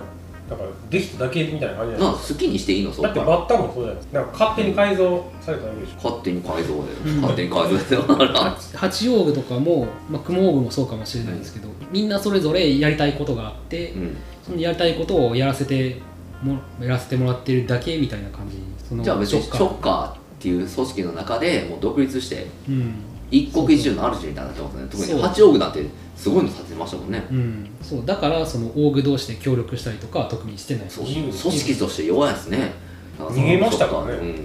Speaker 1: なんかできただけみたいな感じじゃな
Speaker 3: ないんか好きにしていいのそ
Speaker 1: だ
Speaker 3: う
Speaker 1: ってバッタもそうじゃないですかなんか勝手に改造されただけでしょ
Speaker 3: 勝手に改造で
Speaker 2: うん
Speaker 3: 勝手に改造でだから
Speaker 2: 八王具とかも、まあ、雲王具もそうかもしれないですけど、みんなそれぞれやりたいことがあって、
Speaker 3: うん
Speaker 2: そのやりたいことをやらせてもやらせてもらってるだけみたいな感じその
Speaker 3: じゃあ別にシ
Speaker 2: ショッカ
Speaker 3: ョッカーっていう組織の中でもう独立して
Speaker 2: うん
Speaker 3: 一国一城の主みたいになってますね特
Speaker 2: そう
Speaker 3: に八王子なんてすごいの建てましたもんね
Speaker 2: うん、そうだからその大具同士で協力したりとかは特にしてない
Speaker 3: そう
Speaker 1: 自由
Speaker 3: 組
Speaker 1: です
Speaker 3: 織として弱いですね
Speaker 1: 逃げましたからね
Speaker 3: うん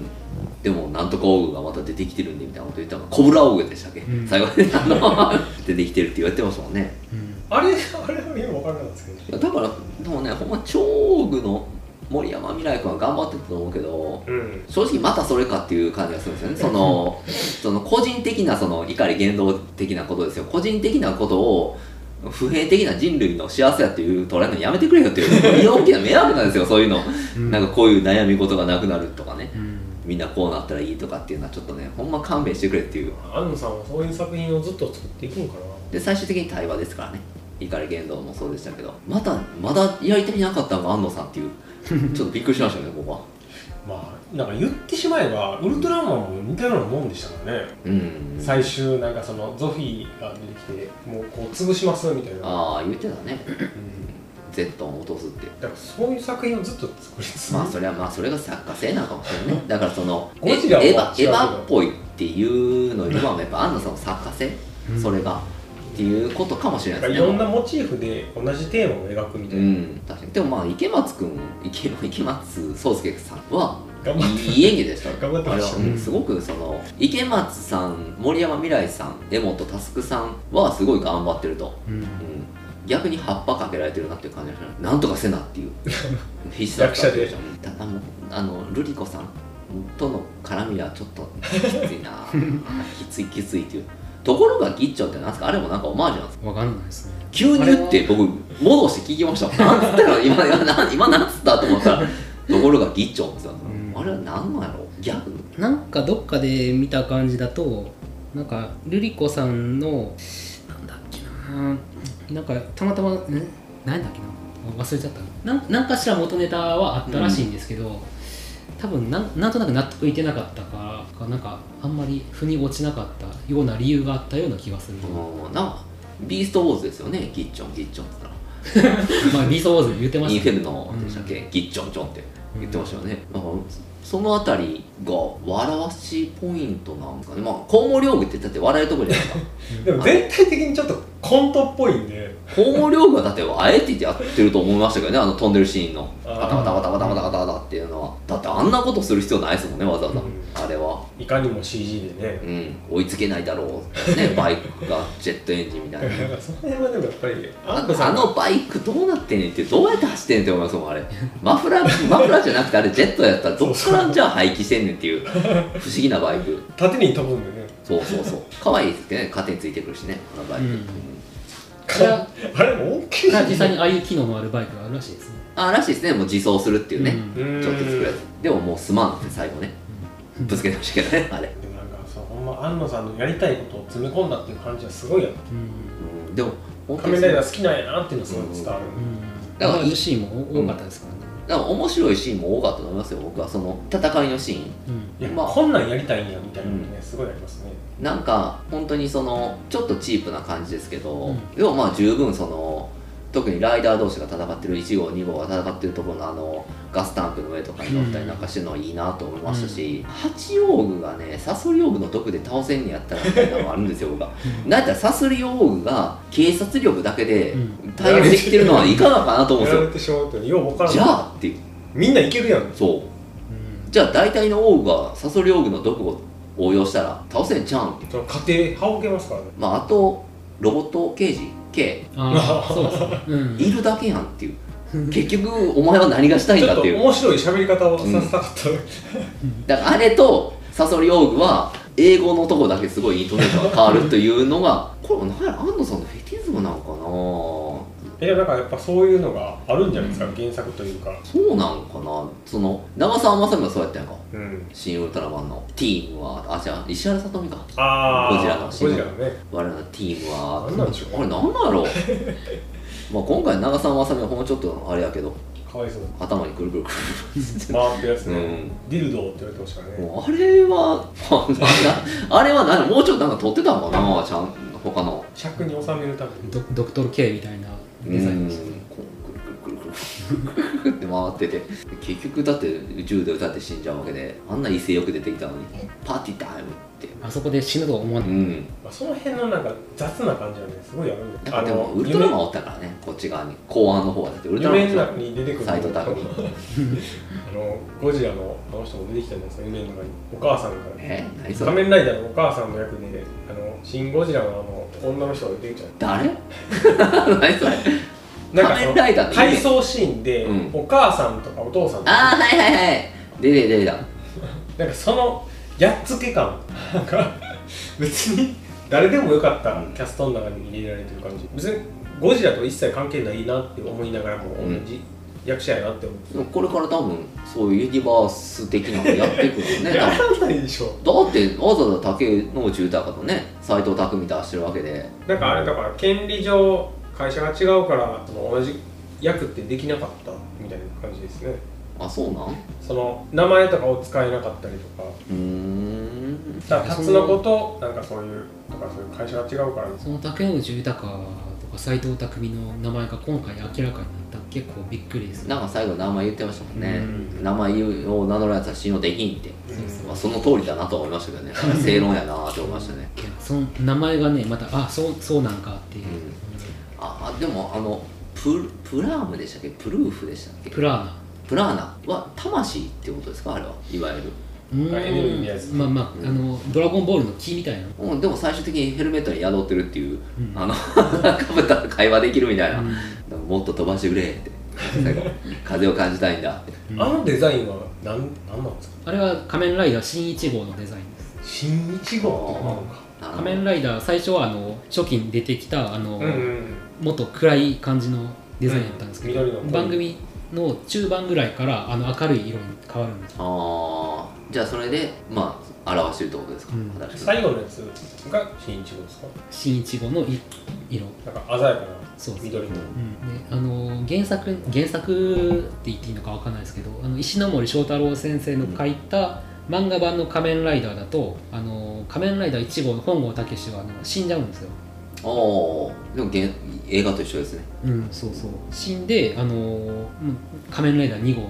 Speaker 3: でもなんとか王具がまた出てきてるんでみたいなこと言ったらコブラ王具でしたっけ、
Speaker 2: うん
Speaker 3: 最後にあの出てきてるって言われてましたもんね
Speaker 2: うん
Speaker 1: あれあれはよく分からなかったですけど
Speaker 3: いやだからでもねほんま超王具の森山未来君は頑張ってたと思うけど
Speaker 1: うん
Speaker 3: 正直またそれかっていう感じがするんですよねそ のその個人的なその怒り言動的なことですよ個人的なことを普遍的な人類の幸せやっていう捉えるのやめてくれよっていう大きな迷惑なんですよそういうの
Speaker 2: うん
Speaker 3: なんかこういう悩み事がなくなるとかね
Speaker 2: うん
Speaker 3: みんなこうなったらいいとかっていうのはちょっとねほんま勘弁してくれっていう
Speaker 1: 安野さんはそういう作品をずっと作っていくんかな
Speaker 3: で最終的に対話ですからね怒り言動もそうでしたけどまたまだやりたくなかったのが安藤さんっ ていうちょっとびっくりしましたね僕は
Speaker 1: まあなんか言ってしまえばウルトラマンも似たようなもんでしたからね、
Speaker 3: うん
Speaker 1: 最終なんかそのゾフィーが出てきてもうこう潰しますみたいな、
Speaker 3: ああ言ってたね
Speaker 1: うん
Speaker 3: ゼットンを落とすって
Speaker 1: だからそういう作品をずっと作り続け
Speaker 3: まあそれはまあそれが作家性なのかもしれないねだからそのえ
Speaker 1: ゴジラは
Speaker 3: エヴァ
Speaker 1: 違うけ
Speaker 3: エ
Speaker 1: ど
Speaker 3: ヴァっぽいっていうのよりはやっぱ安藤さんの作家性、
Speaker 2: うん
Speaker 3: それがっていうことかもしれない
Speaker 1: なん
Speaker 3: で
Speaker 1: かい
Speaker 3: すね
Speaker 1: ろんなモチーフで同じテーマを描くみた
Speaker 3: う
Speaker 1: いな、
Speaker 3: ん、確かにでもまあ池松君池池松壮介さんは
Speaker 1: 頑張って
Speaker 3: いい演技でしたよ
Speaker 1: 頑張ってました
Speaker 3: あれはうんすごくその池松さん森山未来さん江本佑さんはすごい頑張ってると、
Speaker 2: うん
Speaker 3: うん、逆に葉っぱかけられてるなっていう感じがしないなんとかせなっていう必死だったっていう
Speaker 1: 役
Speaker 3: ただもうあの瑠璃子さんとの絡みはちょっときついなきついきついっていうところがギッチョってなんですかあれもなんかオマージュなんですか
Speaker 2: わかんないですね
Speaker 3: 急に言って僕戻して聞きましたもんなんつったの今今な今なんつったと思ったらところがギッチョンですよ、
Speaker 2: ん
Speaker 3: あれは何なんやろギャグ
Speaker 2: なんかどっかで見た感じだとなんか瑠璃子さんのなんだっけななんかたまたまんなんだっけな忘れちゃったなんなんかしら元ネタはあったらしいんですけど、多分なんなんとなく納得いけなかったからかなんかあんまり腑に落ちなかったような理由があったような気がする、
Speaker 3: もうなんかビーストウォーズですよねギッチョンギッチョンって言ったら
Speaker 2: まあ理想図言ってま
Speaker 3: イ
Speaker 2: し
Speaker 3: ン
Speaker 2: た
Speaker 3: フ
Speaker 2: ね
Speaker 3: ェルノでしたっけ、ギッチョンチョンって言ってましたよね、だからそのあたりが笑わしポイントなんですかねまあコウモリョウグってだって笑えるとこじゃない
Speaker 1: で
Speaker 3: ですか
Speaker 1: も全体的にちょっとコントっぽいんで
Speaker 3: コウモリョウグはだってあえてやってると思いましたけどねあの飛んでるシーンの
Speaker 1: あ
Speaker 3: バ
Speaker 1: ー
Speaker 3: タバタバタバタバタバタバタっていうのはだってあんなことする必要ないですもんねわざわざ、
Speaker 1: うん
Speaker 3: あれはい
Speaker 1: かにも CG でね
Speaker 3: うん、追いつけないだろう、ね、バイクがジェットエンジンみたいな
Speaker 1: だからその辺はでもやっぱり
Speaker 3: あ
Speaker 1: 安野さ
Speaker 3: あ
Speaker 1: ん
Speaker 3: のバイクどうなってんねんってどうやって走ってんねんって思いますもんあれマフラーマフラーじゃなくてあれジェットやったらどっからじゃあ排気してんねんっていう不思議なバイク
Speaker 1: 縦に飛ぶんでね
Speaker 3: そう そうそう可愛いですけどね勝手についてくるしねあのバイク、
Speaker 2: うん
Speaker 3: うん
Speaker 2: いや
Speaker 1: あれも大きい
Speaker 2: だから実際にああいう機能のあるバイクがあるらしいですね
Speaker 3: あらしいですねもう自走するっていうね、
Speaker 2: うん
Speaker 1: うん
Speaker 3: ちょっと作るやつでももうすまんって最後ね
Speaker 2: うん
Speaker 3: ぶつけてましたけどねあれ、
Speaker 1: でもなんかそうほんま安野さんのやりたいことを詰め込んだっていう感じはすごいや
Speaker 2: う
Speaker 1: ん
Speaker 2: ん
Speaker 3: うん、でも本当
Speaker 1: 仮
Speaker 3: に
Speaker 1: 面
Speaker 3: そ
Speaker 1: ラ
Speaker 3: う
Speaker 1: イダー好きなんやなっていうのはすごい伝わ
Speaker 2: う
Speaker 1: る、
Speaker 2: んだ
Speaker 3: だか
Speaker 2: からら MC も多かったですからね、
Speaker 3: だから面白いシーンも多かったと思いますよ僕はその戦いのシーン
Speaker 2: うん
Speaker 1: いや
Speaker 3: まあ
Speaker 1: こんなんやりたいんやみたいなのね、すごいありますね
Speaker 3: なんか本当にそのちょっとチープな感じですけど、
Speaker 2: うん
Speaker 3: でもまあ十分その特にライダー同士が戦ってる1号2号が戦ってるところのあのガスタンクの上とかに乗ったりなんかしてるのはいいなと思いましたし、八王具がねサソリ王具の毒で倒せんねやったらみたいなのもあるんですよ僕は。なんやったらサソリ王具が警察力だけで
Speaker 2: うん
Speaker 3: 対応できてるのはいかがかなと思うん
Speaker 1: やら
Speaker 3: です
Speaker 1: れ
Speaker 3: よ。
Speaker 1: てしまうっていうのよう分からん
Speaker 3: じゃあっていう
Speaker 1: みんないけるやん
Speaker 3: そう
Speaker 2: うん
Speaker 3: じゃあ大体の王具がサソリ王具の毒を応用したら倒せんちゃうんっていう
Speaker 1: その家庭はおけますからね
Speaker 3: まああとロボット刑事 K
Speaker 2: ああそうですね、うん、
Speaker 3: いるだけやんっていう結局お前は何がしたいん
Speaker 1: ちょ
Speaker 3: だ
Speaker 1: っ
Speaker 3: っ
Speaker 1: と
Speaker 3: ていう
Speaker 1: 面白い喋り方をさせたかった、
Speaker 3: だからあれとサソリオーグは英語のとこだけすごいイントネーションが変わるというのがこれ何や安野さんのフェティズムなのかな
Speaker 1: えなんかやっぱそういうのがあるんじゃないですか、原作というか
Speaker 3: そうなのかなその長澤まさみがそうやったやんか
Speaker 1: うん
Speaker 3: 新ウルトラマンのティームはあじゃあ石原さとみか
Speaker 1: ああ
Speaker 3: ゴジラの
Speaker 1: ゴジラのね
Speaker 3: 我々のティームは
Speaker 1: 何なんでしょうね
Speaker 3: これ何なんやろう まあ今回長澤まさみはほんまちょっとあれやけど
Speaker 1: かわい そう
Speaker 3: 頭にくるくるくるくる
Speaker 1: 回ってるやつね、
Speaker 3: うん
Speaker 1: ディルドーって言われてましたからね
Speaker 3: もうあれは、あ、れは何もうちょっとなんか撮ってたのかな、ちゃん他の。
Speaker 1: 尺に収めるために
Speaker 2: ドドクトル K みたいなデザインでしたね
Speaker 3: こうくるくるくるくるくるって回ってて結局だって銃で撃たれて死んじゃうわけであんな威勢よく出てきたのに「パーティータイム」って
Speaker 2: あそこで死ぬとは思わ
Speaker 3: う
Speaker 2: ない、
Speaker 3: ん
Speaker 1: まあ、その辺のなんか雑な感じはねすごいあるん
Speaker 3: なん
Speaker 1: だ
Speaker 3: か
Speaker 1: あ
Speaker 3: でも
Speaker 1: の
Speaker 3: ウルトラマンおったからねこっち側に公安の方はだってウルトラマン
Speaker 1: 夢の中に出てくる
Speaker 3: 斎藤匠
Speaker 1: あのゴジラのあの人も出てきたじゃないですか夢の中にお母さんから
Speaker 3: え何そ
Speaker 1: 仮
Speaker 3: れ
Speaker 1: 面ライダーのお母さんの役であのシン・ゴジラのあの女の人が出てきちゃう
Speaker 3: 誰何それ
Speaker 1: なん
Speaker 3: 仮面ライダーって
Speaker 1: 体操シーンで、
Speaker 3: うん
Speaker 1: お母さんとかお父さんとか
Speaker 3: ああはいはいはい出て出てた
Speaker 1: なんかそのやっつけ感なんか別に誰でもよかったキャストの中に入れられてる感じ別にゴジラと一切関係ないなって思いながらも同
Speaker 3: うん
Speaker 1: じ役者やなって思う
Speaker 3: でもこれから多分そういうユニバース的なのやっていくの ね
Speaker 1: や
Speaker 3: 多分
Speaker 1: らないでしょ
Speaker 3: だってわざわざ竹野内豊とね斎藤匠出してるわけで
Speaker 1: なんかあれだから権利上会社が違うからその同じ役ってできなかったみたいな感じですね
Speaker 3: あそうなんう
Speaker 1: その名前とかを使えなかったりとか
Speaker 3: ーん
Speaker 1: だからタツノコとなんかそういうとかそういう会社が違うから
Speaker 2: その竹野内豊とか斎藤匠の名前が今回明らかになったの結構びっくりです
Speaker 3: なんか最後名前言ってましたもんね、
Speaker 1: うん
Speaker 3: 名前を名乗るやつは信用できんって、
Speaker 1: そうそう
Speaker 3: まあ、その通りだなとは思いましたけどねなんか正論やなと思いましたね
Speaker 2: いやその名前がねまたあそうそうなんかっていう、
Speaker 3: うんああでもあのププラームでしたっけプルーフでしたっけ
Speaker 2: プラーナ
Speaker 3: プラーナは魂ってことですかあれはいわゆる
Speaker 2: うーん
Speaker 1: エネルギーのやつ
Speaker 2: まあまあ、
Speaker 3: うん
Speaker 2: あのドラゴンボールの木みたいな、
Speaker 3: うん、でも最終的にヘルメットに宿ってるっていう、
Speaker 2: うん
Speaker 3: あの かぶったら会話できるみたいな、
Speaker 2: うん
Speaker 3: なんかもっと飛ばしてくれって最後風を感じたいんだって
Speaker 2: うん
Speaker 1: あのデザインは何なんなんですか
Speaker 2: あれは仮面ライダー新一号のデザインです
Speaker 1: 新一号ってなのか
Speaker 3: あの
Speaker 2: 仮面ライダー最初はあの初期に出てきたあの、
Speaker 1: うんうん
Speaker 2: もっと暗い感じのデザインだったんですけど、
Speaker 1: うん緑の
Speaker 2: 番組の中盤ぐらいからあの明るい色に変わるんです
Speaker 3: あーじゃあそれでまあ表してるってことですか、
Speaker 2: うん
Speaker 3: 新しい
Speaker 1: 最後のやつが新一号ですか
Speaker 2: 新一号のい色
Speaker 1: なんか鮮やかな
Speaker 2: そうです
Speaker 1: 緑の
Speaker 2: うん、であの原作原作って言っていいのかわかんないですけどあの石ノ森章太郎先生の書いた漫画版の「仮面ライダー」だと「あの仮面ライダー1号」の本郷武史はあの死んじゃうんですよ。
Speaker 3: おおでもげん映画と一緒ですね
Speaker 2: うん、そうそう死んで、あのもう仮面ライダー2号の、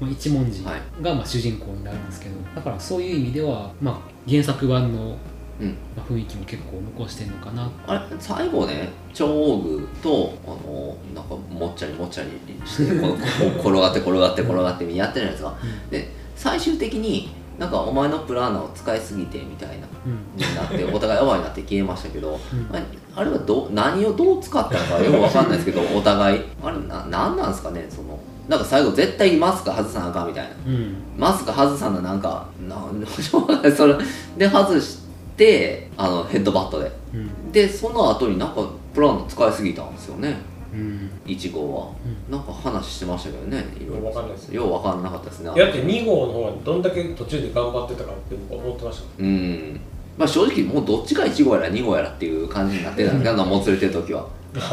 Speaker 2: まあ、一文字
Speaker 3: はい
Speaker 2: が、まあ、主人公になるんですけどだからそういう意味では、まあ、原作版の、
Speaker 3: うん
Speaker 2: まあ、雰囲気も結構残してるのかな
Speaker 3: あれ最後ね超大具とあのなんかもっちゃりもっちゃりしてこの こう転がって転がって転がってやってるやつが
Speaker 2: う
Speaker 3: で最終的になんかお前のプラーナを使いすぎてみたいな
Speaker 2: うん
Speaker 3: になってお互いアワーになって消えましたけど
Speaker 2: うん
Speaker 3: あれあれはどう何をどう使ったのかよくわかんないです けどお互いあれななんなんですかねそのなんか最後絶対マスク外さなあかんみたいな
Speaker 2: うん
Speaker 3: マスク外さななん かなしょうがないそれで外してあのヘッドバットで
Speaker 2: うん
Speaker 3: でその後になんかプランの使いすぎたんですよね
Speaker 2: うん
Speaker 3: 1号はなんか話してましたけどねいろい
Speaker 1: ようわ
Speaker 3: ろ
Speaker 1: かんないです
Speaker 3: ようわかんなかったですね
Speaker 1: いやだって2号の方がどんだけ途中で頑張ってたかって僕は思ってました
Speaker 3: うんまあ正直もうどっちが1号やら2号やらっていう感じになっ てたんですけどもつれてる時は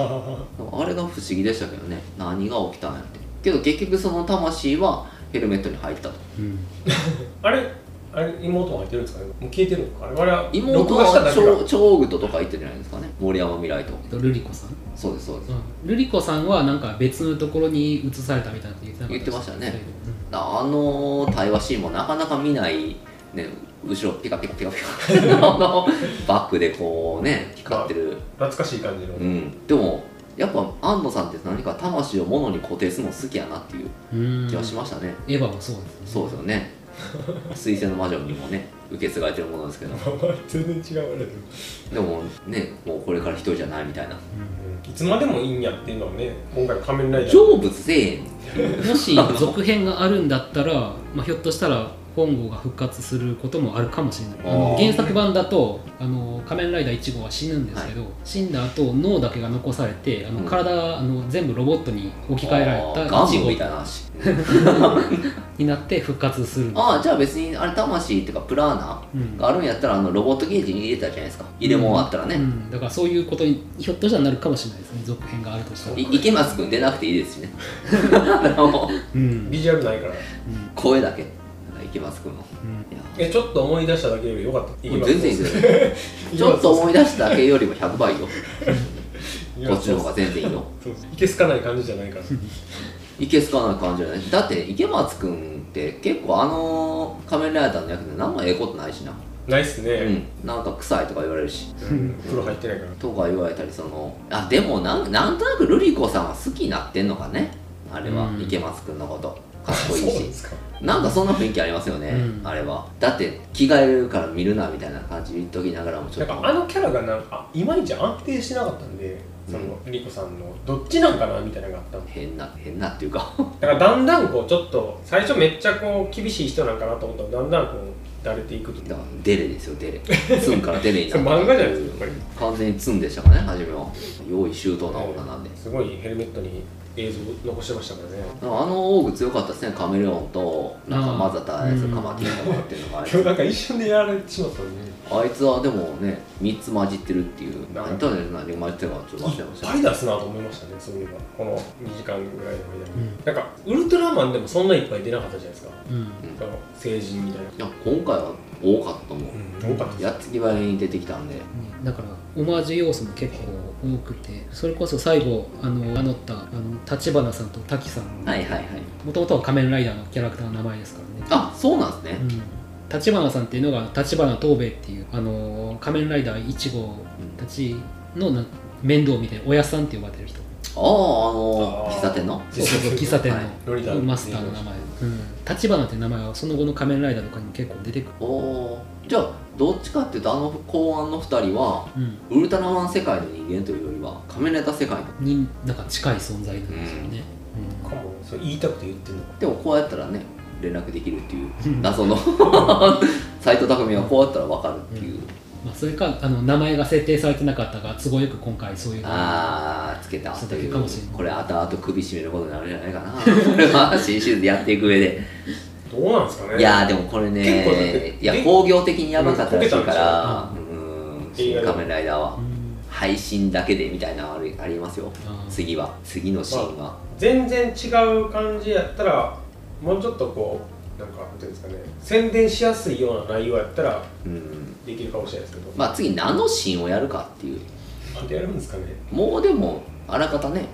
Speaker 3: あれが不思議でしたけどね何が起きたんやってけど結局その魂はヘルメットに入ったと
Speaker 2: うん
Speaker 1: あれあれ妹も入ってるんですかねもう消えてるのかあれあれは
Speaker 3: 妹
Speaker 1: 録画した
Speaker 3: は
Speaker 1: だけだ
Speaker 3: 超超グトとか言ってるじゃないですかね森山未来と
Speaker 2: えっとルリコさん、
Speaker 3: そうですそうです
Speaker 2: うん、ルリコさんはなんか別のところに移されたみたいなこと言ってなかったです
Speaker 3: 言ってましたねあの対話シーンもなかなか見ない、ね、後ろピカピカピカピ カあのバックでこうね光ってる、
Speaker 1: 懐かしい感じの
Speaker 3: うん、でもやっぱ安野さんって何か魂を物に固定するの好きやなっていう
Speaker 2: うん
Speaker 3: 気はしましたね、
Speaker 2: エヴァもそうですね
Speaker 3: そうです よね水星の魔女にもね受け継がれてるものですけど
Speaker 1: 全然違うあれでも
Speaker 3: でもねもうこれから一人じゃないみたいな
Speaker 1: うんいつまでもいいんやっていうのはね今回の仮面ライダー
Speaker 3: 成仏せえへん
Speaker 2: うんもし続編があるんだったら、まあ、ひょっとしたら本郷が復活することもあるかもしれないあの
Speaker 3: あー
Speaker 2: 原作版だとあの仮面ライダー1号は死ぬんですけど、死んだ後脳だけが残されてあの
Speaker 3: うん
Speaker 2: 体、あの全部ロボットに置き換えられた
Speaker 3: あーガン
Speaker 2: 1
Speaker 3: ム
Speaker 2: 号
Speaker 3: みたいな話
Speaker 2: になって復活するんです
Speaker 3: ああじゃあ別にあれ魂っていうかプラーナ
Speaker 2: うん
Speaker 3: があるんやったらあのロボットゲージに入れたじゃないですか入れ物あったらね、
Speaker 2: うん、だからそういうことにひょっとしたらなるかもしれないですね続編があるとしたら
Speaker 3: い池松君出なくていいですし ねあの
Speaker 2: うんうん
Speaker 1: ビジュアルないから
Speaker 3: 声だけ池松君の
Speaker 2: うん
Speaker 3: いや
Speaker 1: えちょっと思い出しただけより良かった
Speaker 3: もう全然いい
Speaker 1: い
Speaker 3: ですよちょっと思い出しただけよりも100倍よこっちの方が全然いいよ
Speaker 1: そうそういけすかない感じじゃない から
Speaker 3: いけすかない感じじゃないだって池松君って結構あの仮面ライダーの役で何もええことないしな
Speaker 1: ないっすね、
Speaker 3: うん、なんか臭いとか言われるし
Speaker 1: うん風呂入ってないから
Speaker 3: とか言われたりそのあでもなんなんとなくルリ子さんは好きになってんのかねあれは、
Speaker 2: うん
Speaker 3: 池松くんの ことかっこいい
Speaker 1: そうで
Speaker 3: し
Speaker 1: すか
Speaker 3: なんかそんな雰囲気ありますよね、
Speaker 2: うん
Speaker 3: あれはだって着替えるから見るなみたいな感じ言っときながらもちょ
Speaker 1: な
Speaker 3: っ
Speaker 1: ん
Speaker 3: と
Speaker 1: かあのキャラがなんかいまいち安定してなかったんでそのリコさんのどっちなんかなみたいなのがあったんで
Speaker 3: 変な変なっていうか
Speaker 1: だからだんだんこうちょっと最初めっちゃこう厳しい人なんかなと思ったらだんだんこう慣れていくと
Speaker 3: だからデレですよデレ ツンからデレに
Speaker 1: それ
Speaker 3: な
Speaker 1: 漫
Speaker 3: っ
Speaker 1: 画
Speaker 3: た
Speaker 1: じゃないですかやっぱ
Speaker 3: 完全にツンでしたかね初めは用意周到な女なんで
Speaker 1: りすごいヘルメットに映像残してましたからね
Speaker 3: あのオーグ強かったですねカメレオンとなんか混ざったやつ
Speaker 2: うん
Speaker 3: カマキリとかっていうのが あい
Speaker 1: 今日な
Speaker 3: つ
Speaker 1: んか一瞬でやられてしまったんでい
Speaker 3: あいつはでもね3つ混じってるっていう
Speaker 1: なんか
Speaker 3: 何と何混じってるかちょっと忘れま
Speaker 1: っ
Speaker 3: した
Speaker 1: ぱい出すなと思いましたねそういえばこの2時間ぐらいの間
Speaker 2: う
Speaker 1: に、
Speaker 2: ん
Speaker 1: なんかウルトラマンでもそんないっぱい出なかったじゃないですか
Speaker 2: うん
Speaker 1: その成人みたいな、
Speaker 3: いや今回は多かったと思う
Speaker 1: うん、多かったです
Speaker 3: やっつき早に出てきたんで
Speaker 2: ねだからオマージュ要素も結構多くてそれこそ最後あの名乗ったあの立花さんと滝さん
Speaker 3: はいはいはい
Speaker 2: もともとは仮面ライダーのキャラクターの名前ですからね
Speaker 3: あそうなんですね
Speaker 2: 立花さんっていうのが立花東兵衛っていうあのー仮面ライダー1号たちのな面倒を見ておやっさんって呼ばれてる人
Speaker 3: あああの
Speaker 1: あー
Speaker 3: 喫茶店の
Speaker 2: そうそうそう喫茶店
Speaker 3: はい
Speaker 1: ロリダー
Speaker 2: のマスターの名前立花、って名前はその後の仮面ライダーとかにも結構出てくる、
Speaker 3: おおーじゃあどっちかっていうとあの公安の2人は
Speaker 2: うん、
Speaker 3: ウルトラマン世界の人間というよりは仮面ライダー世界の
Speaker 2: になんか近い存在なんですよね、うん
Speaker 1: かもそれ言いたくて言ってんのか
Speaker 3: でもこうやったらね連絡できるっていう
Speaker 2: うん
Speaker 3: 謎の 斎藤匠はこうやったら分かるっていう、
Speaker 2: まあ、それかあの名前が設定されてなかったが都合よく今回そういう
Speaker 3: あーつけた
Speaker 2: そう
Speaker 3: と
Speaker 2: だけ
Speaker 3: いう
Speaker 2: かもしれない
Speaker 3: これ後々首絞めることになるんじゃないか なこれは新シリーズやっていく上で
Speaker 1: どうなんですかね
Speaker 3: いやーでもこれ
Speaker 1: 結構だっ
Speaker 3: ね
Speaker 1: て
Speaker 3: いや興行的にやばかったらしいから
Speaker 2: う
Speaker 3: うん「
Speaker 1: でしょ
Speaker 3: 新仮面ライダー」は
Speaker 2: うん
Speaker 3: 配信だけでみたいなのあるありますよ
Speaker 2: あー
Speaker 3: 次は次のシーンは、
Speaker 1: 全然違う感じやったらもうちょっとこうなんかなんていうんですかね宣伝しやすいような内容やったら
Speaker 3: うん
Speaker 1: できるかもしれないですけど
Speaker 3: まあ次何のシーンをやるかっていう
Speaker 1: あでやるんですかね
Speaker 3: もうでもあらかたね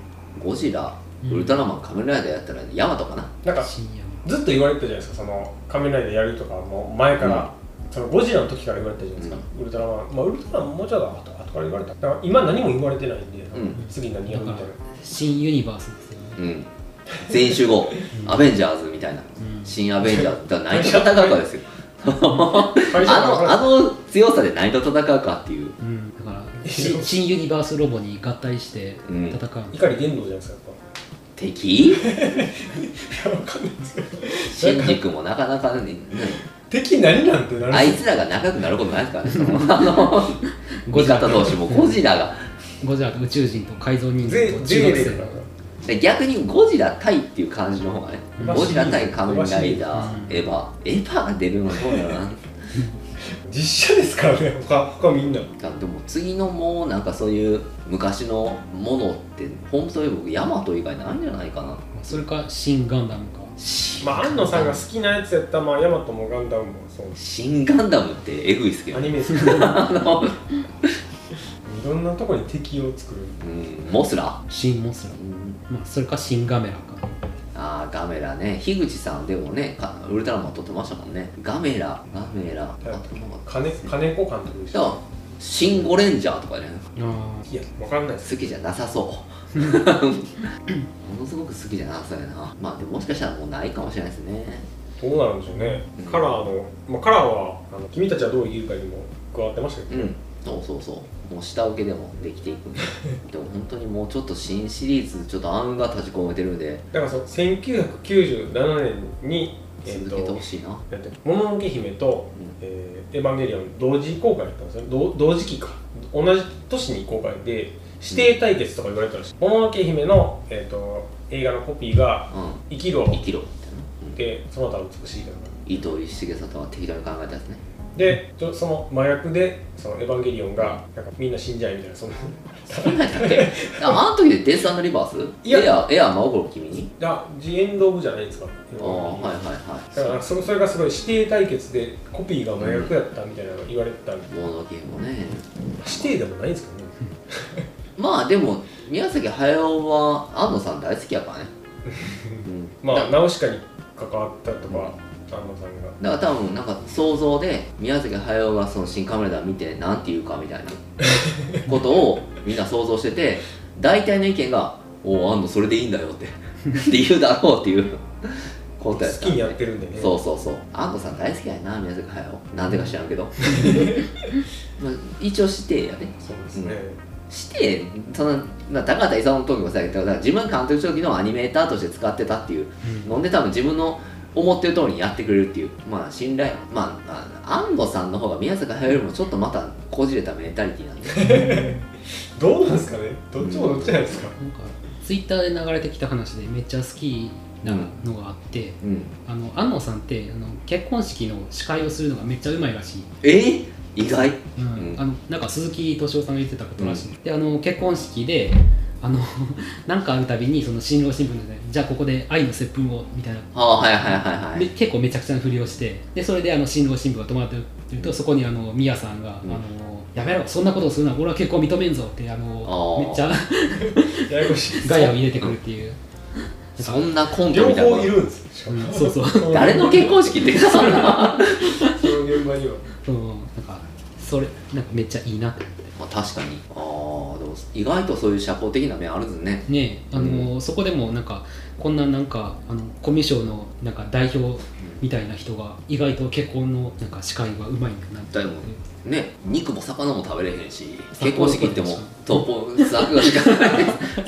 Speaker 3: ゴジラ
Speaker 2: うん
Speaker 3: ウルトラマン仮面ライダーやったらヤマトかな
Speaker 1: なんか
Speaker 2: 深夜
Speaker 1: ずっと言われてたじゃないですかその仮面ライダーやるとかもう前から、そのゴジラの時から言われてたじゃないですか、ウルトラマンまあウルトラマンもうちょっと後後から言われただから今何も言われてないんで、
Speaker 3: ん
Speaker 1: 次何やるみたいな
Speaker 2: 新ユニバースですよね、
Speaker 3: うん全員集 合アベンジャーズみたいな
Speaker 2: うん
Speaker 3: 新アベンジャーズだから何と戦うかですよあ
Speaker 1: 会社
Speaker 3: のあの強さで何と戦うかっていう
Speaker 2: うん、だからし新ユニバースロボに合体して戦う、
Speaker 3: うん
Speaker 1: 碇玄道じゃないですかやっぱ
Speaker 3: 敵
Speaker 1: いやわかんないですけど
Speaker 3: シンジ君もなかなかねね
Speaker 1: 敵何なんてなる
Speaker 3: あいつらが仲良くなることないですからね そのあの
Speaker 2: ゴ
Speaker 3: 味
Speaker 2: ジラ
Speaker 3: 方同士もゴジラが
Speaker 2: ゴジラと宇宙人と改造人
Speaker 1: ぜ
Speaker 2: 間と
Speaker 1: ぜ
Speaker 2: 中
Speaker 1: い
Speaker 2: 学
Speaker 1: で
Speaker 2: 生
Speaker 1: るから
Speaker 3: で逆にゴジラ対っていう感じの方がね
Speaker 1: うん
Speaker 3: ゴジラ対仮面ライダ
Speaker 2: うん
Speaker 3: ーエヴァエヴァが出るのどうだろうな
Speaker 1: 実写ですからね他他みんな
Speaker 3: だでも次のもうなんかそういう昔のものって本当に僕ヤマト以外ないんじゃないかな
Speaker 2: それか新ガンダムか
Speaker 1: まあ安野さんが好きなやつやったらまあヤマトもガンダムもそうです
Speaker 3: 新ガンダムってエグいっすけど
Speaker 1: ア
Speaker 3: ね
Speaker 1: ニメ好きい
Speaker 3: あの
Speaker 1: ろんなとこに敵を作る
Speaker 3: うんモスラ、
Speaker 2: 新モスラ
Speaker 3: う、ん、
Speaker 2: まあ、それか新ガメラか
Speaker 3: あーガメラね樋口さんでもねかウルトラマン撮ってましたもんねガメラガメラあとなんか
Speaker 1: 金金子監督でし
Speaker 3: だ
Speaker 1: ょ
Speaker 3: からシン・ゴレンジャーとかね
Speaker 2: あ
Speaker 1: いやわかんないです
Speaker 3: 好きじゃなさそう ものすごく好きじゃなさそうやなまあでももしかしたらもうないかもしれないですね
Speaker 1: どうなるんでしょうね
Speaker 3: うん
Speaker 1: カラーの、まあ、カラーはあの君たちはどう言うかにも加わってましたけ
Speaker 3: う
Speaker 1: ど、
Speaker 3: んそうそうそうもう下請けでもできていくん ででも本当にもうちょっと新シリーズちょっと暗雲が立ち込めてるんで
Speaker 1: だからその1997年にえっ、
Speaker 3: 続けて
Speaker 1: と
Speaker 3: ほしいな、
Speaker 1: なんて「もののけ姫」と
Speaker 3: うん
Speaker 1: 「えーエヴァンゲリオン」同時公開だったんですよ同同時期か同じ年に公開で指定対決とか言われたらしい「もののけ姫の」えー、と映画のコピーが「生きろ
Speaker 3: うん、」生きろみたいな、うん
Speaker 1: で「その他美しい」だから
Speaker 3: 伊藤重里は適当に考えたやつね
Speaker 1: でちょその麻薬でその「エヴァンゲリオン」がなんかみんな死んじゃえみたいなその
Speaker 3: そんなんやったっけああの時でデスリバース
Speaker 1: いや
Speaker 3: エアエア真心君に
Speaker 1: あジエンド・オブじゃないですか
Speaker 3: ああはいはい
Speaker 1: だか
Speaker 3: は
Speaker 1: らそそれがすごい指定対決でコピーが麻薬やったみたいなの言われてたんで
Speaker 3: いもののけもね
Speaker 1: 指定でもないんですけどね
Speaker 3: まあでも宮崎駿 は安野さん大好きやからね、うん
Speaker 1: まあ
Speaker 3: だ
Speaker 1: ナウシカに関わったとか、あ安野さんが
Speaker 3: だから多分なんか想像で宮崎駿がその新カメラだ見てなんて言うかみたい なことをみんな想像してて大体の意見が「おお安野それでいいんだよ」ってって言うだろうっていうことやっ
Speaker 1: 好
Speaker 3: た
Speaker 1: きにやってるんでね
Speaker 3: そうそうそう安野さん大好きやな宮崎駿なんでか知ら んけどまあ一応してやね
Speaker 1: そうですね、
Speaker 3: してその、まあ、高畑勲の時もそうやけどだから自分監督長期のアニメーターとして使ってたっていうので多分自分の思ってる通りにやってくれるっていうまあ信頼まああ安藤さんの方が宮坂駿よりもちょっとまたこじれたメンタリティなんで
Speaker 1: どうなんですかねどっちもどっちなんですか、
Speaker 2: なんかツイッターで流れてきた話でめっちゃ好きなのがあって、
Speaker 3: うん
Speaker 2: あの安野さんってあの結婚式の司会をするのがめっちゃうまいらしい、
Speaker 3: えー意外
Speaker 2: うん
Speaker 3: うん
Speaker 2: あのなんか鈴木敏夫さんが言ってたことらしい、であの結婚式であの なんかあるたびにその新郎新婦のねじゃあここで愛の接吻をみたいな
Speaker 3: はあはいはいはいは
Speaker 2: で
Speaker 3: い
Speaker 2: 結構めちゃくちゃなふりをしてでそれであの新郎新婦が泊まってるっていうとそこにあのミヤさんが、
Speaker 3: うん
Speaker 2: あの「やめろそんなことをするな俺は結婚認めんぞ」ってあの
Speaker 3: あー
Speaker 2: めっちゃ
Speaker 1: ややこしい
Speaker 2: ガヤを入れてくるっていう、
Speaker 3: そ んなコント
Speaker 1: 両
Speaker 3: みたい
Speaker 1: 方
Speaker 3: ない
Speaker 1: るんですしか
Speaker 2: う
Speaker 1: も
Speaker 2: んそうそう
Speaker 1: そ
Speaker 3: 誰の結婚式ってそんな
Speaker 1: その現場には
Speaker 2: うんなんかそれなんかめっちゃいいなと思って
Speaker 3: まあ確かにああでも意外とそういう社交的な面あるんですね
Speaker 2: ねえあの、そこでもなんかこんななんかあのコミュ障のなんか代表みたいな人が意外と結婚のなんか司会がうまいんだなって
Speaker 3: だよねね肉も魚も食べれへんし
Speaker 2: 魚
Speaker 3: 結婚式行ってもトップスナックがしかないス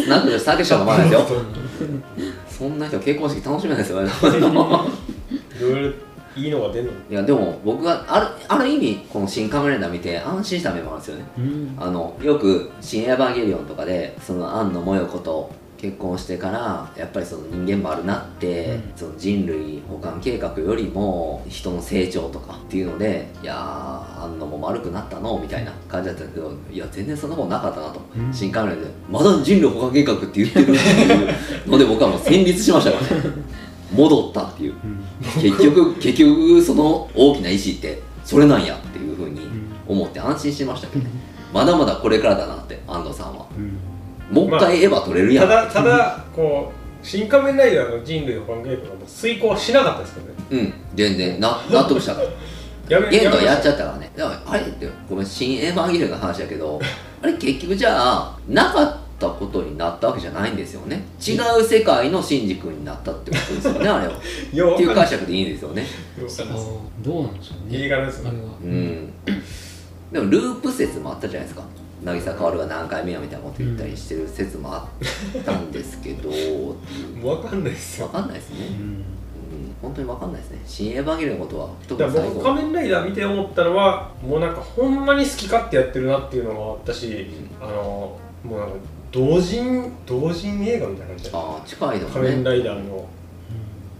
Speaker 3: ナックが酒しか飲まないですよそんな人結婚式楽しめないですよね
Speaker 1: いろいろいいのが出るの
Speaker 3: いやでも僕があるある意味この「新カメライダー」見て安心した面もあるんですよね
Speaker 2: うん
Speaker 3: あのよく「新エヴァンゲリオン」とかでその庵野萌子と結婚してからやっぱりその人間もあるなって、
Speaker 2: うん
Speaker 3: その人類保管計画よりも人の成長とかっていうのでいやー庵野も丸くなったのみたいな感じだったんですけどいや全然そんなことなかったなと、
Speaker 2: うん
Speaker 3: 新カメラでまだ人類保管計画って言ってるっていうので僕はもう戦慄しましたか らね戻ったっていう
Speaker 2: うん
Speaker 3: 結局結局その大きな意志ってそれなんやっていうふうに
Speaker 2: うん
Speaker 3: 思って安心しましたけ
Speaker 2: う
Speaker 3: ど、
Speaker 2: ん
Speaker 3: まだまだこれからだなって安藤さんは
Speaker 2: うん
Speaker 3: もう一回エヴァ取れるや
Speaker 1: た
Speaker 3: ん、
Speaker 1: だただこう「新仮面ライダー」の人類の関係とかも遂行はしなかったですけどね
Speaker 3: うん全然な納得したか ら
Speaker 1: やめ
Speaker 3: ゲントはや
Speaker 1: や
Speaker 3: っちゃったからねだからあれってごめん新エヴァンゲリオンの話だけ どあれ結局じゃあなかったことになったわけじゃないんですよね違う世界のシンジ君になったってことですよ ねあれはっ
Speaker 1: めよ
Speaker 3: ていう
Speaker 1: わかん
Speaker 3: 解釈でいいんですよね
Speaker 1: ない
Speaker 2: あーどうなんでしょうね
Speaker 1: 映画ですよ
Speaker 2: あれ
Speaker 1: ね
Speaker 2: は
Speaker 3: うんでもループ説もあったじゃないですか渚カオルが何回目やみたいなこと言ったりしてる説もあったんですけ ど、
Speaker 1: もうわかんないです
Speaker 3: わ
Speaker 1: よ
Speaker 3: かんないですね、
Speaker 2: うん
Speaker 3: うん、本当にわかんないですね新エヴァンゲリオンのことは特
Speaker 1: だ
Speaker 3: に
Speaker 1: から
Speaker 3: 最
Speaker 1: 僕
Speaker 3: 後
Speaker 1: 仮面ライダー見て思ったのはもうなんかほんまに好き勝手やってるなっていうのがあったしあのもうなんか同人同人映画みたいな感じだ
Speaker 3: ああ近いのも
Speaker 1: 仮面
Speaker 3: ね
Speaker 1: ライダーの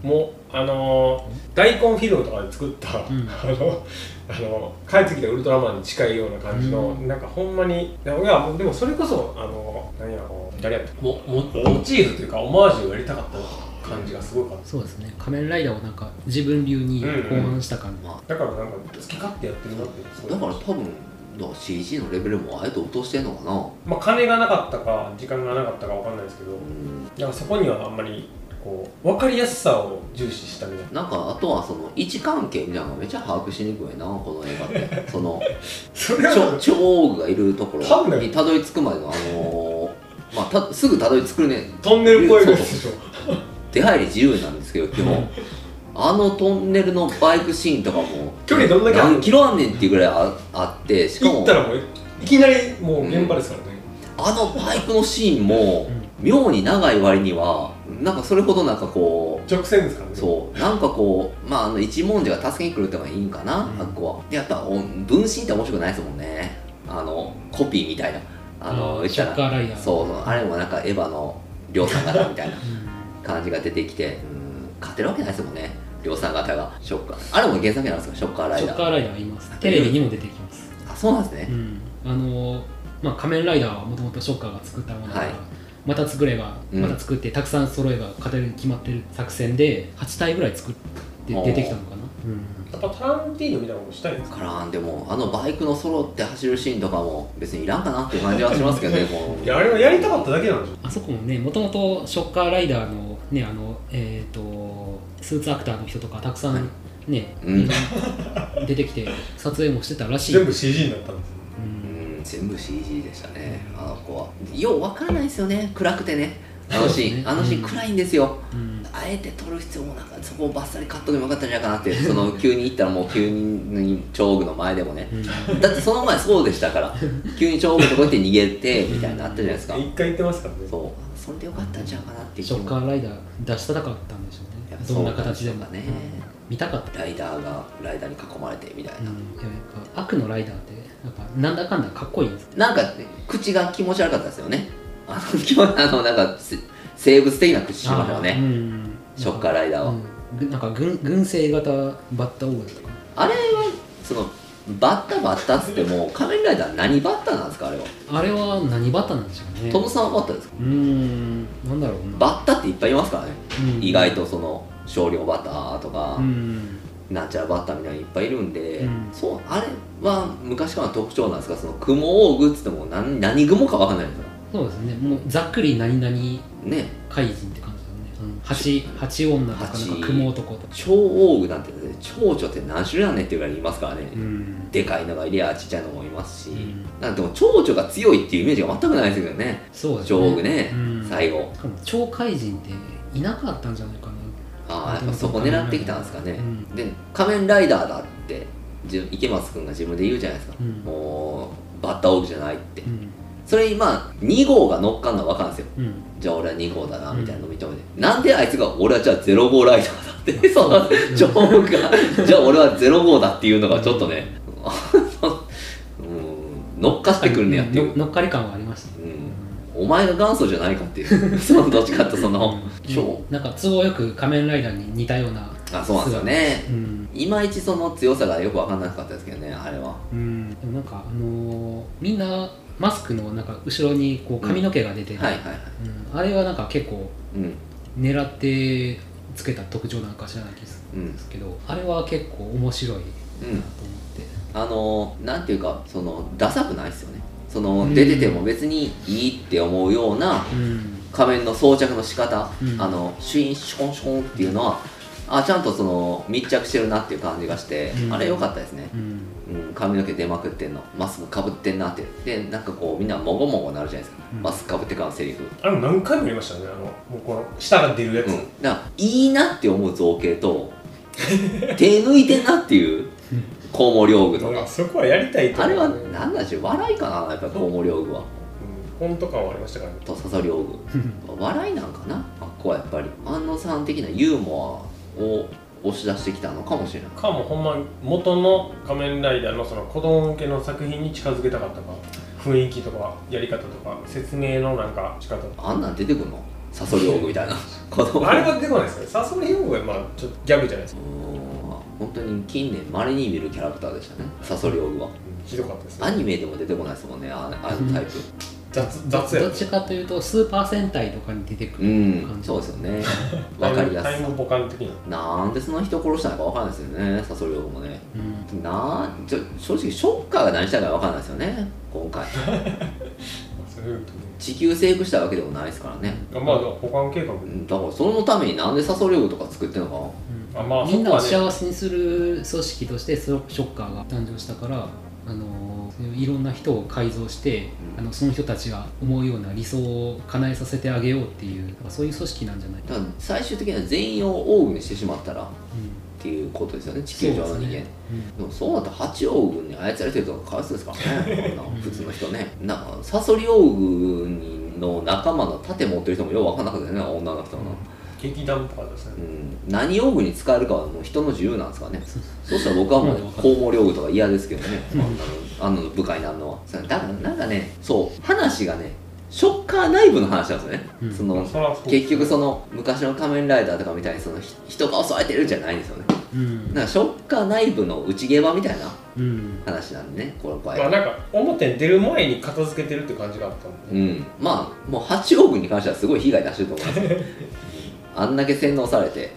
Speaker 1: もうあのー大根フィルムとかで作った、
Speaker 2: ん
Speaker 1: あのあの帰ってきたウルトラマンに近いような感じの、
Speaker 2: うん
Speaker 1: なんかほんまにいやいやもうでもそれこそあの何やろう誰やももモチーフというかオマージュをやりたかった感じがすごかっ
Speaker 2: そうですね仮面ライダーをなんか自分流に考案した感じ、
Speaker 3: ま
Speaker 1: ただからなんか好き勝手やってるなってす
Speaker 3: あ
Speaker 1: ごい
Speaker 3: だから多分だから CG のレベルもあえて落としてんのかな
Speaker 1: まあ金がなかったか時間がなかったかわかんないですけど
Speaker 3: うん
Speaker 1: なんかそこにはあんまりこう分かりやすさを重視したみたいな
Speaker 3: なんかあとはその位置関係みたいなのがめちゃ把握しにくいなこの映画って その
Speaker 1: それ
Speaker 3: 超超王がいるとこ
Speaker 1: 多
Speaker 3: ろ
Speaker 1: 分
Speaker 3: にたどり着くまでのあのーまあたすぐたどり着くね
Speaker 1: トンネルっぽいやつでしょ
Speaker 3: 出入り自由なんですけど 基本あのトンネルのバイクシーンとかも
Speaker 1: 距離どんだけある
Speaker 3: 何キロあんねんっていうぐらいああってしか
Speaker 1: 行
Speaker 3: も
Speaker 1: ったらもういきなりもう現場ですからね、
Speaker 3: あのバイクのシーンも
Speaker 2: うん
Speaker 3: 妙に長い割にはなんかそれほどなんかこう
Speaker 1: 直線ですからね
Speaker 3: そうなんかこうまああの一文字が助けに来るってのがいいんかな、
Speaker 2: うん
Speaker 3: あっこはでやっぱお分身って面白くないですもんねあのコピーみたいなあの
Speaker 2: あー
Speaker 3: 言ったら
Speaker 2: ショッカーライダー
Speaker 3: そうそうあれもなんかエヴァの量産型みたいな感じが出てきてうん勝てるわけないですもんね量産型がショッカーあれも原作なんですかショッカー
Speaker 2: うん
Speaker 3: ラ
Speaker 2: シ
Speaker 3: イ
Speaker 2: ョッ
Speaker 3: ダ
Speaker 2: カ
Speaker 3: ー
Speaker 2: ーライダーはいますテレビにも出てきます
Speaker 3: あそうなんですね、
Speaker 2: うん、あのーまあ仮面ライダーはもともとショッカーが作ったものだから、
Speaker 3: はい
Speaker 2: また作れば
Speaker 3: うん
Speaker 2: また作ってたくさん揃えば勝てるに決まってる作戦で8体ぐらい作って
Speaker 3: おー
Speaker 2: 出てきたのかな、
Speaker 1: やっぱタランティーノみたいなことしたいんですか
Speaker 3: からんでもあのバイクのソロって走るシーンとかも別にいらんかなっていう感じはしますけど ねもう
Speaker 1: いやあれはやりたかっただけなんでしょ
Speaker 2: あそこもねもともとショッカーライダーのねあのえっ、とスーツアクターの人とかたくさ
Speaker 3: はい
Speaker 2: んね、
Speaker 3: うん
Speaker 2: 出てき て撮影もしてたらしい
Speaker 1: 全部 CG になったんです
Speaker 2: う
Speaker 3: うんん全部 CG でしたねあの子はようわからないですよね暗くてねあの
Speaker 2: そうで
Speaker 3: シ
Speaker 2: す
Speaker 3: ー
Speaker 2: ね
Speaker 3: ンあのシーン暗いんですよ
Speaker 2: うん
Speaker 3: あえて撮る必要もなかったそこをバッサリカットでもよかったんじゃないか なってその急に行ったらもう急に長具の前でもね
Speaker 2: うん
Speaker 3: だってその前そうでした から急に長具のとこ行って逃げてみたいなのあったじゃないですか
Speaker 1: よ一回言ってますからね
Speaker 3: そうそれでよかったんちゃうかなっていう
Speaker 2: ショッカーライダー出したかったんでしょ
Speaker 3: いうや
Speaker 2: ねどんな形でも
Speaker 3: そうなんでしょうかね
Speaker 2: 見たかった
Speaker 3: ライダーがライダーに囲まれてみたいな、
Speaker 2: うんいややっぱ悪のライダーってやっぱなんだかんだかっこいいんです
Speaker 3: なんか口が気持ち悪かったですよねあの気持ちあのなんかせ生物的な口しました
Speaker 2: あ
Speaker 3: よ
Speaker 2: ーう
Speaker 3: ね
Speaker 2: ん
Speaker 3: ショッカーライダーは、
Speaker 2: うんぐなんか軍軍政型バッタオーガとか
Speaker 3: あれはそのバッタバッタっつっても仮面ライダー何バッタなんですかあれは
Speaker 2: あれは何バッタなんでしょうね
Speaker 3: トムさんはバッタですか
Speaker 2: うーんなんだろうな
Speaker 3: バッタっていっぱいいますからね、
Speaker 2: うん
Speaker 3: 意外とその少量バッターとか、
Speaker 2: うん
Speaker 3: なんちゃらバッターみたいないっぱいいるんで、
Speaker 2: うん
Speaker 3: そうあれは昔からの特徴なんですかその雲王具っつっても何何雲かわかんないんですよ
Speaker 2: そうですねもうざっくり何々
Speaker 3: ね
Speaker 2: 怪人って感じだねうん蜂蜂女とか
Speaker 3: 蜂
Speaker 2: なんか雲男とか
Speaker 3: 超王具なんてね蝶々って何種類あんねんっていうぐらいいますからね、
Speaker 2: うん
Speaker 3: でかいのがいりゃちっちゃいのもいますし、
Speaker 2: うん
Speaker 3: なんかでも蝶々が強いっていうイメージが全くないですけどね
Speaker 2: そうです
Speaker 3: 超王具ね、
Speaker 2: うん
Speaker 3: 最後
Speaker 2: しかも超怪人っていなかったんじゃないかな
Speaker 3: ああやっぱそこ狙ってきたんですかね、
Speaker 2: うん
Speaker 3: で仮面ライダーだってじゅ池松君が自分で言うじゃないですか、
Speaker 2: うん
Speaker 3: もうバッターオーグじゃないって、
Speaker 2: うん
Speaker 3: それにまあ2号が乗っかんのは分かるんですよ
Speaker 2: うん
Speaker 3: じゃあ俺は2号だな
Speaker 2: うん
Speaker 3: みたいなの認めて、なんであいつが俺はじゃあ0号ライダーだって そ
Speaker 2: そう
Speaker 3: のジョークがじゃあ俺は0号だっていうのがちょっとねうん乗っかしてくるねやっていう、
Speaker 2: の乗っかり感はありましたね
Speaker 3: うん、お前が元祖じゃないかっていうそのどっちかってその
Speaker 2: うん
Speaker 3: 超
Speaker 2: なんか都合よく仮面ライダーに似たような
Speaker 3: あそうなんですよね
Speaker 2: うん、
Speaker 3: いまいちその強さがよく分かんなかったですけどねあれは
Speaker 2: うん、でもなんかあのーみんなマスクのなんか後ろにこう髪の毛が出てる、
Speaker 3: はいはいはい
Speaker 2: うんあれはなんか結構
Speaker 3: うん
Speaker 2: 狙ってつけた特徴なんか知らないです
Speaker 3: うん
Speaker 2: けどあれは結構面白いなと
Speaker 3: う
Speaker 2: 思っ
Speaker 3: ん
Speaker 2: て、
Speaker 3: あのなんていうかそのダサくないですよねその、
Speaker 2: うん
Speaker 3: 出てても別にいいって思うような
Speaker 2: うん
Speaker 3: 仮面の装着の仕方、
Speaker 2: うん
Speaker 3: あのシュインシュコンシュコンっていうのはあちゃんとその密着してるなっていう感じがして、
Speaker 2: うん
Speaker 3: あれ良かったですね、
Speaker 2: うん
Speaker 3: うん、髪の毛出まくってんのマスクかぶってんなってでなんかこうみんなもごもごなるじゃないですか、
Speaker 2: うん
Speaker 3: マスクかぶってからのセリフ、うん、
Speaker 1: あの何回も言いましたねあのもうこの舌が出るやつ、
Speaker 3: だからいいなって思う造形と 手抜いてんなっていうコウモリオ具と
Speaker 1: まあ
Speaker 3: か
Speaker 1: そこはやりたいと
Speaker 3: あれは
Speaker 1: うん
Speaker 3: 何なんでしょう笑いかなやっぱりコウモリオ具は
Speaker 1: 本当感はありましたからね
Speaker 3: とサソリオ具笑いなんかなあっこはやっぱり安野さん的なユーモアを押し出してきたのかもしれない
Speaker 1: かもほんま元の仮面ライダーのその子供向けの作品に近づけたかったか雰囲気とかやり方とか説明のなんか仕方とか
Speaker 3: あんなん出てくるのサソリオ具みたいな子供
Speaker 1: あれは出てこないですねサソリ用語はまあちょっとギャグじゃないです
Speaker 3: う
Speaker 1: か
Speaker 3: ーんまあ本当に近年まれに見るキャラクターでしたねサソリオ具は
Speaker 1: ひどかったです
Speaker 3: ア
Speaker 1: ね
Speaker 3: ニメでも出てこないですもんねああのタイプ
Speaker 1: 雑雑や
Speaker 2: どっちかというとスーパー戦隊とかに出てく
Speaker 3: う
Speaker 2: る
Speaker 3: ん、
Speaker 2: 感じ
Speaker 3: そうですよねわかりや
Speaker 1: タイ
Speaker 3: す
Speaker 1: ムボカン的ない
Speaker 3: なんでそんな人殺したのかわかんないですよねサソリオ具もね
Speaker 2: うん
Speaker 3: なんちょ正直ショッカーが何したかわかんないですよね今 回
Speaker 1: そういうと
Speaker 3: 地球征服したわけでもないですからね
Speaker 1: ねまあ保管計画
Speaker 3: うんだからそのためになんでサソリオ具とか作ってんの
Speaker 1: あまあ
Speaker 2: みんなを
Speaker 1: そこは
Speaker 2: 幸せにする組織としてスロショッカーが誕生したから、あのそういういろんな人を改造して、
Speaker 3: うん
Speaker 2: あのその人たちが思うような理想を叶えさせてあげようっていうなんかそういう組織なんじゃない
Speaker 3: かなだから最終的には全員をオーグにしてしまったらっ
Speaker 2: うん
Speaker 3: ていうことですよね地球上
Speaker 2: そう
Speaker 3: の
Speaker 2: で
Speaker 3: 人間
Speaker 2: す
Speaker 3: で,、
Speaker 2: ね
Speaker 3: もそうなったら八王軍に操られてるとかかわいそうですからねこんな普通の人ねなんかサソリ王軍の仲間の盾持ってる人もよう分かんなかったよね女の人の、
Speaker 1: 劇団とかです
Speaker 3: う
Speaker 1: ね
Speaker 3: ん、何王具に使えるかはもう人の自由なんですかねそうしたら僕はもう
Speaker 2: うんわかる
Speaker 3: コウモリ王具とか嫌ですけどねあんなのあんなの部下になるのはそうだからなんかねそう話がねショッカー内部の話なんですよね、
Speaker 2: うん
Speaker 3: そ
Speaker 1: まあ
Speaker 3: の
Speaker 1: そらそう
Speaker 3: 結局その昔の仮面ライダーとかみたいにそのひ人が襲われてるんじゃないんですよね
Speaker 2: うん
Speaker 3: なんかショッカー内部の内毛場みたいな
Speaker 2: うん
Speaker 3: 話なんでねこの場合
Speaker 1: まあなんか表に出る前に片付けてるって感じがあったんで
Speaker 3: うんまあもう八王軍に関してはすごい被害出してると思います あんだけ洗脳されて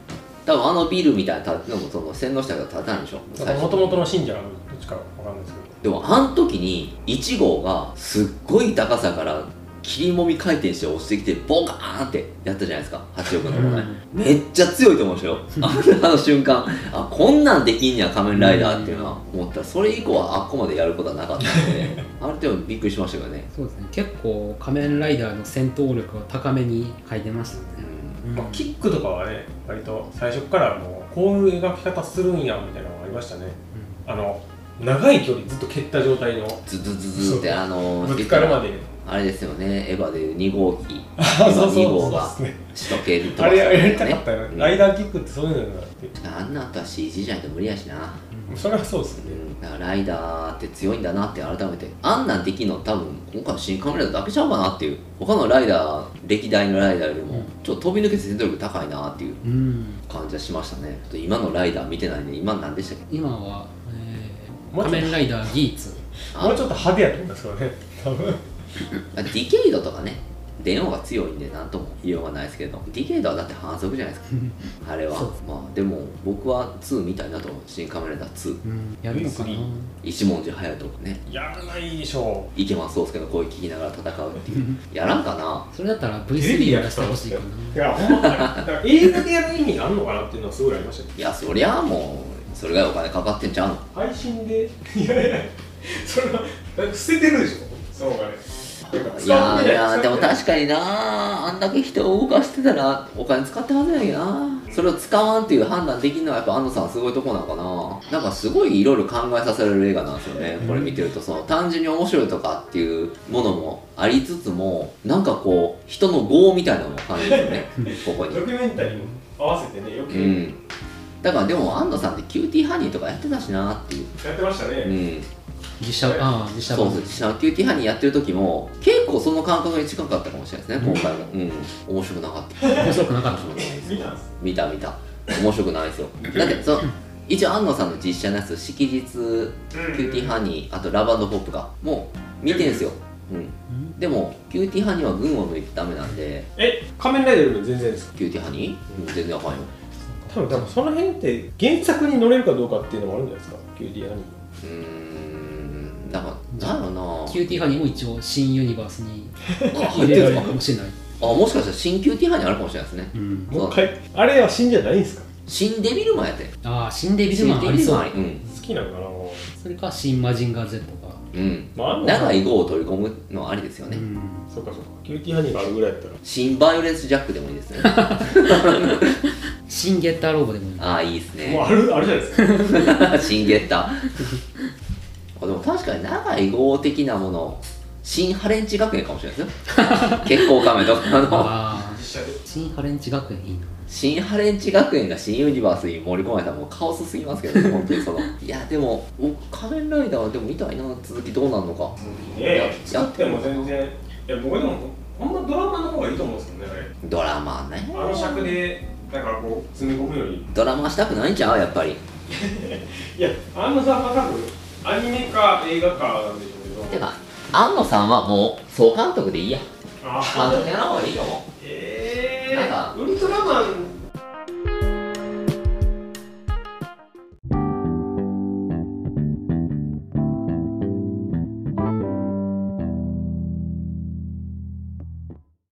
Speaker 3: 多分あのビルみたいな建物もその洗脳した人が建てたんでしょ
Speaker 1: だから
Speaker 3: 最初
Speaker 1: 元々の信者がどっちかわかんないですけど
Speaker 3: でもあの時に1号がすっごい高さから切りもみ回転して押してきてボカーンってやったじゃないですか八億の
Speaker 2: うん
Speaker 3: もね、めっちゃ強いと思うんですよあの瞬間あこんなんできんや仮面ライダーっていうのは思ったらそれ以降はあっこまでやることはなかったので ある程度びっくりしましたけどね、
Speaker 2: そうですね結構仮面ライダーの戦闘力を高めに書いてました
Speaker 3: う
Speaker 2: ね、
Speaker 3: ん
Speaker 2: うん
Speaker 1: まあ、キックとかはね割と最初からもうこういう描き方するんやみたいなのがありましたねあの長い距離ずっと蹴った状態の
Speaker 3: ズズズズって
Speaker 1: そう
Speaker 3: あ の
Speaker 1: ぶつかるま
Speaker 3: 言っ
Speaker 1: で
Speaker 3: たらあれですよねエヴァでいう2号機
Speaker 1: あ
Speaker 3: 二号が
Speaker 1: そうですね
Speaker 3: 首都圏に飛
Speaker 1: あ
Speaker 3: ばす
Speaker 1: れ
Speaker 3: よね
Speaker 1: やりたかったよ
Speaker 3: う
Speaker 1: ね
Speaker 3: ん
Speaker 1: ライダーキックってそういうのがあって
Speaker 3: あんなとは CG じゃないと無理やしな、
Speaker 2: うん
Speaker 1: それはそうです
Speaker 3: う
Speaker 1: ね
Speaker 3: ん、だからライダーって強いんだなって改めてあんなんできんの多分今回の新カメラだけちゃうかなっていう他のライダー歴代のライダーより
Speaker 2: う
Speaker 3: も
Speaker 2: ん
Speaker 3: ちょっと飛び抜けて戦闘力高いなっていう
Speaker 2: うん、うん
Speaker 3: 感じはしましたねちょっと今のライダー見てないんで今何でしたっけ
Speaker 2: 今は、えー
Speaker 1: もうちょっと
Speaker 2: 仮面ライダーギーツ
Speaker 3: あ
Speaker 1: もうちょっと派手やと思いますけどね多分
Speaker 3: あディケイドとかね電王が強いんで何とも言いようがないですけどディケイドはだって反則じゃない ですかあれは
Speaker 2: そうです
Speaker 3: まあでも僕は2みたいなと思う新カメラだ2
Speaker 2: うんやるのかな
Speaker 1: ギーツ
Speaker 3: 一文字隼人とかね
Speaker 1: やらないでしょ
Speaker 3: 池松壮亮の声聞きながら戦うっていう
Speaker 2: うん
Speaker 3: やらんかな
Speaker 2: それだったら
Speaker 1: テレビ
Speaker 2: V3 や
Speaker 1: でや
Speaker 2: ら
Speaker 1: ら
Speaker 2: せて
Speaker 1: せて
Speaker 2: ほ
Speaker 1: ほ
Speaker 2: し
Speaker 1: し
Speaker 2: い
Speaker 1: い
Speaker 2: か
Speaker 1: か
Speaker 2: な
Speaker 1: ういやほんまだから映画でやる意味あんのかなっていうのはすごいありましたね
Speaker 3: いやそりゃあもうそれぐらいお金かかってんじゃうの
Speaker 1: 配信でいやいやそれはだって捨ててるでしょそうかね
Speaker 3: いやいやでも確かになあんだけ人を動かしてたらお金使ってはずやけどなそれを使わんっていう判断できるのはやっぱ安野さんすごいとこなのかななんかすごいいろいろ考えさせられる映画なんですよねこれ見てるとその単純に面白いとかっていうものもありつつもなんかこう人の業みたいなのも感じるよねここに
Speaker 1: ドキュメンタリーに合わせてねよく
Speaker 3: う
Speaker 1: や
Speaker 3: んだからでも安野さんってキューティーハニーとかやってたしなっていう
Speaker 1: ってましたね、
Speaker 3: うん
Speaker 2: 自社ああ自社
Speaker 3: そう
Speaker 2: 版
Speaker 3: ですシャンキューティーハニーやってる時も結構その感覚に近かったかもしれないですね今回もうん面白くなかった
Speaker 2: 面白くなかった
Speaker 3: 面白くないです
Speaker 1: 見たんです
Speaker 3: 見た見た面白くないですよだってその一応安野さんの実写のやつ式日キュ
Speaker 1: キ
Speaker 3: ーティーハニーあとラブホップがもう見てんすようん
Speaker 2: うん
Speaker 3: でもキューティーハニーは群を抜いてダメなんで
Speaker 1: え仮面ライダーよりも全然ですか
Speaker 3: キューティーハニー、うん、全然あかんよ
Speaker 1: 多分多分その辺って原作に乗れるかどうかっていうのもあるんじゃないですかキューティーハニー
Speaker 3: うーんなんかなんやろな
Speaker 2: キューティーハニーも一応新ユニバースに
Speaker 3: あ入
Speaker 2: 入
Speaker 3: って
Speaker 2: れ
Speaker 3: る
Speaker 2: る
Speaker 3: んす
Speaker 2: の
Speaker 3: か
Speaker 2: かもしれない、
Speaker 3: あもしかしたら新キューティーハニーあるかもしれないですね
Speaker 2: うん
Speaker 1: もう一回あれは死んじゃないんですか
Speaker 3: 新デビルマンやって
Speaker 2: ああ新デビルマンありそう
Speaker 3: 新デビルマン
Speaker 1: 好きなのかなも
Speaker 2: それか新マジンガー Z か、
Speaker 3: うんうん
Speaker 1: う、まあ、あんのかな
Speaker 3: 長い号を取り込むのはありですよね、
Speaker 2: うん
Speaker 1: そうかそうかキューティーハニーがあるぐらいだったら
Speaker 3: 新バイオレンスジャックでもいいですね
Speaker 2: 新ゲッターロボでもいい
Speaker 3: ああいいです
Speaker 1: もう
Speaker 3: ね
Speaker 1: あるあるじゃないですか
Speaker 3: 新ゲッターあでも確かに長い号的なもの新ハレンチ学園かもしれないですよ結構仮面とかの
Speaker 2: ああ
Speaker 1: 実写で
Speaker 2: 新ハレンチ学園いいな
Speaker 3: 新ハレンチ学園が新ユニバースに盛り込まれたらもうカオスすぎますけどね本当にそのいやでも僕仮面ライダーはでも見たいな続きどうなるのか
Speaker 1: ね作っても全然いや僕でもほんまドラマの方がいいと思うんですよねあれ
Speaker 3: ドラマね
Speaker 1: あの尺でなんかこう詰め込むより
Speaker 3: ドラマしたくないんちゃうやっぱり
Speaker 1: いやあのさまあ多分アニメか映画かなんでしょうけ
Speaker 3: て
Speaker 1: ど
Speaker 3: か安野さんはもう総監督でいいや
Speaker 1: あ
Speaker 3: 監
Speaker 1: あ
Speaker 3: 督やらん方がいいよもう
Speaker 1: ええ
Speaker 3: なんか
Speaker 1: ー、ウルトラマン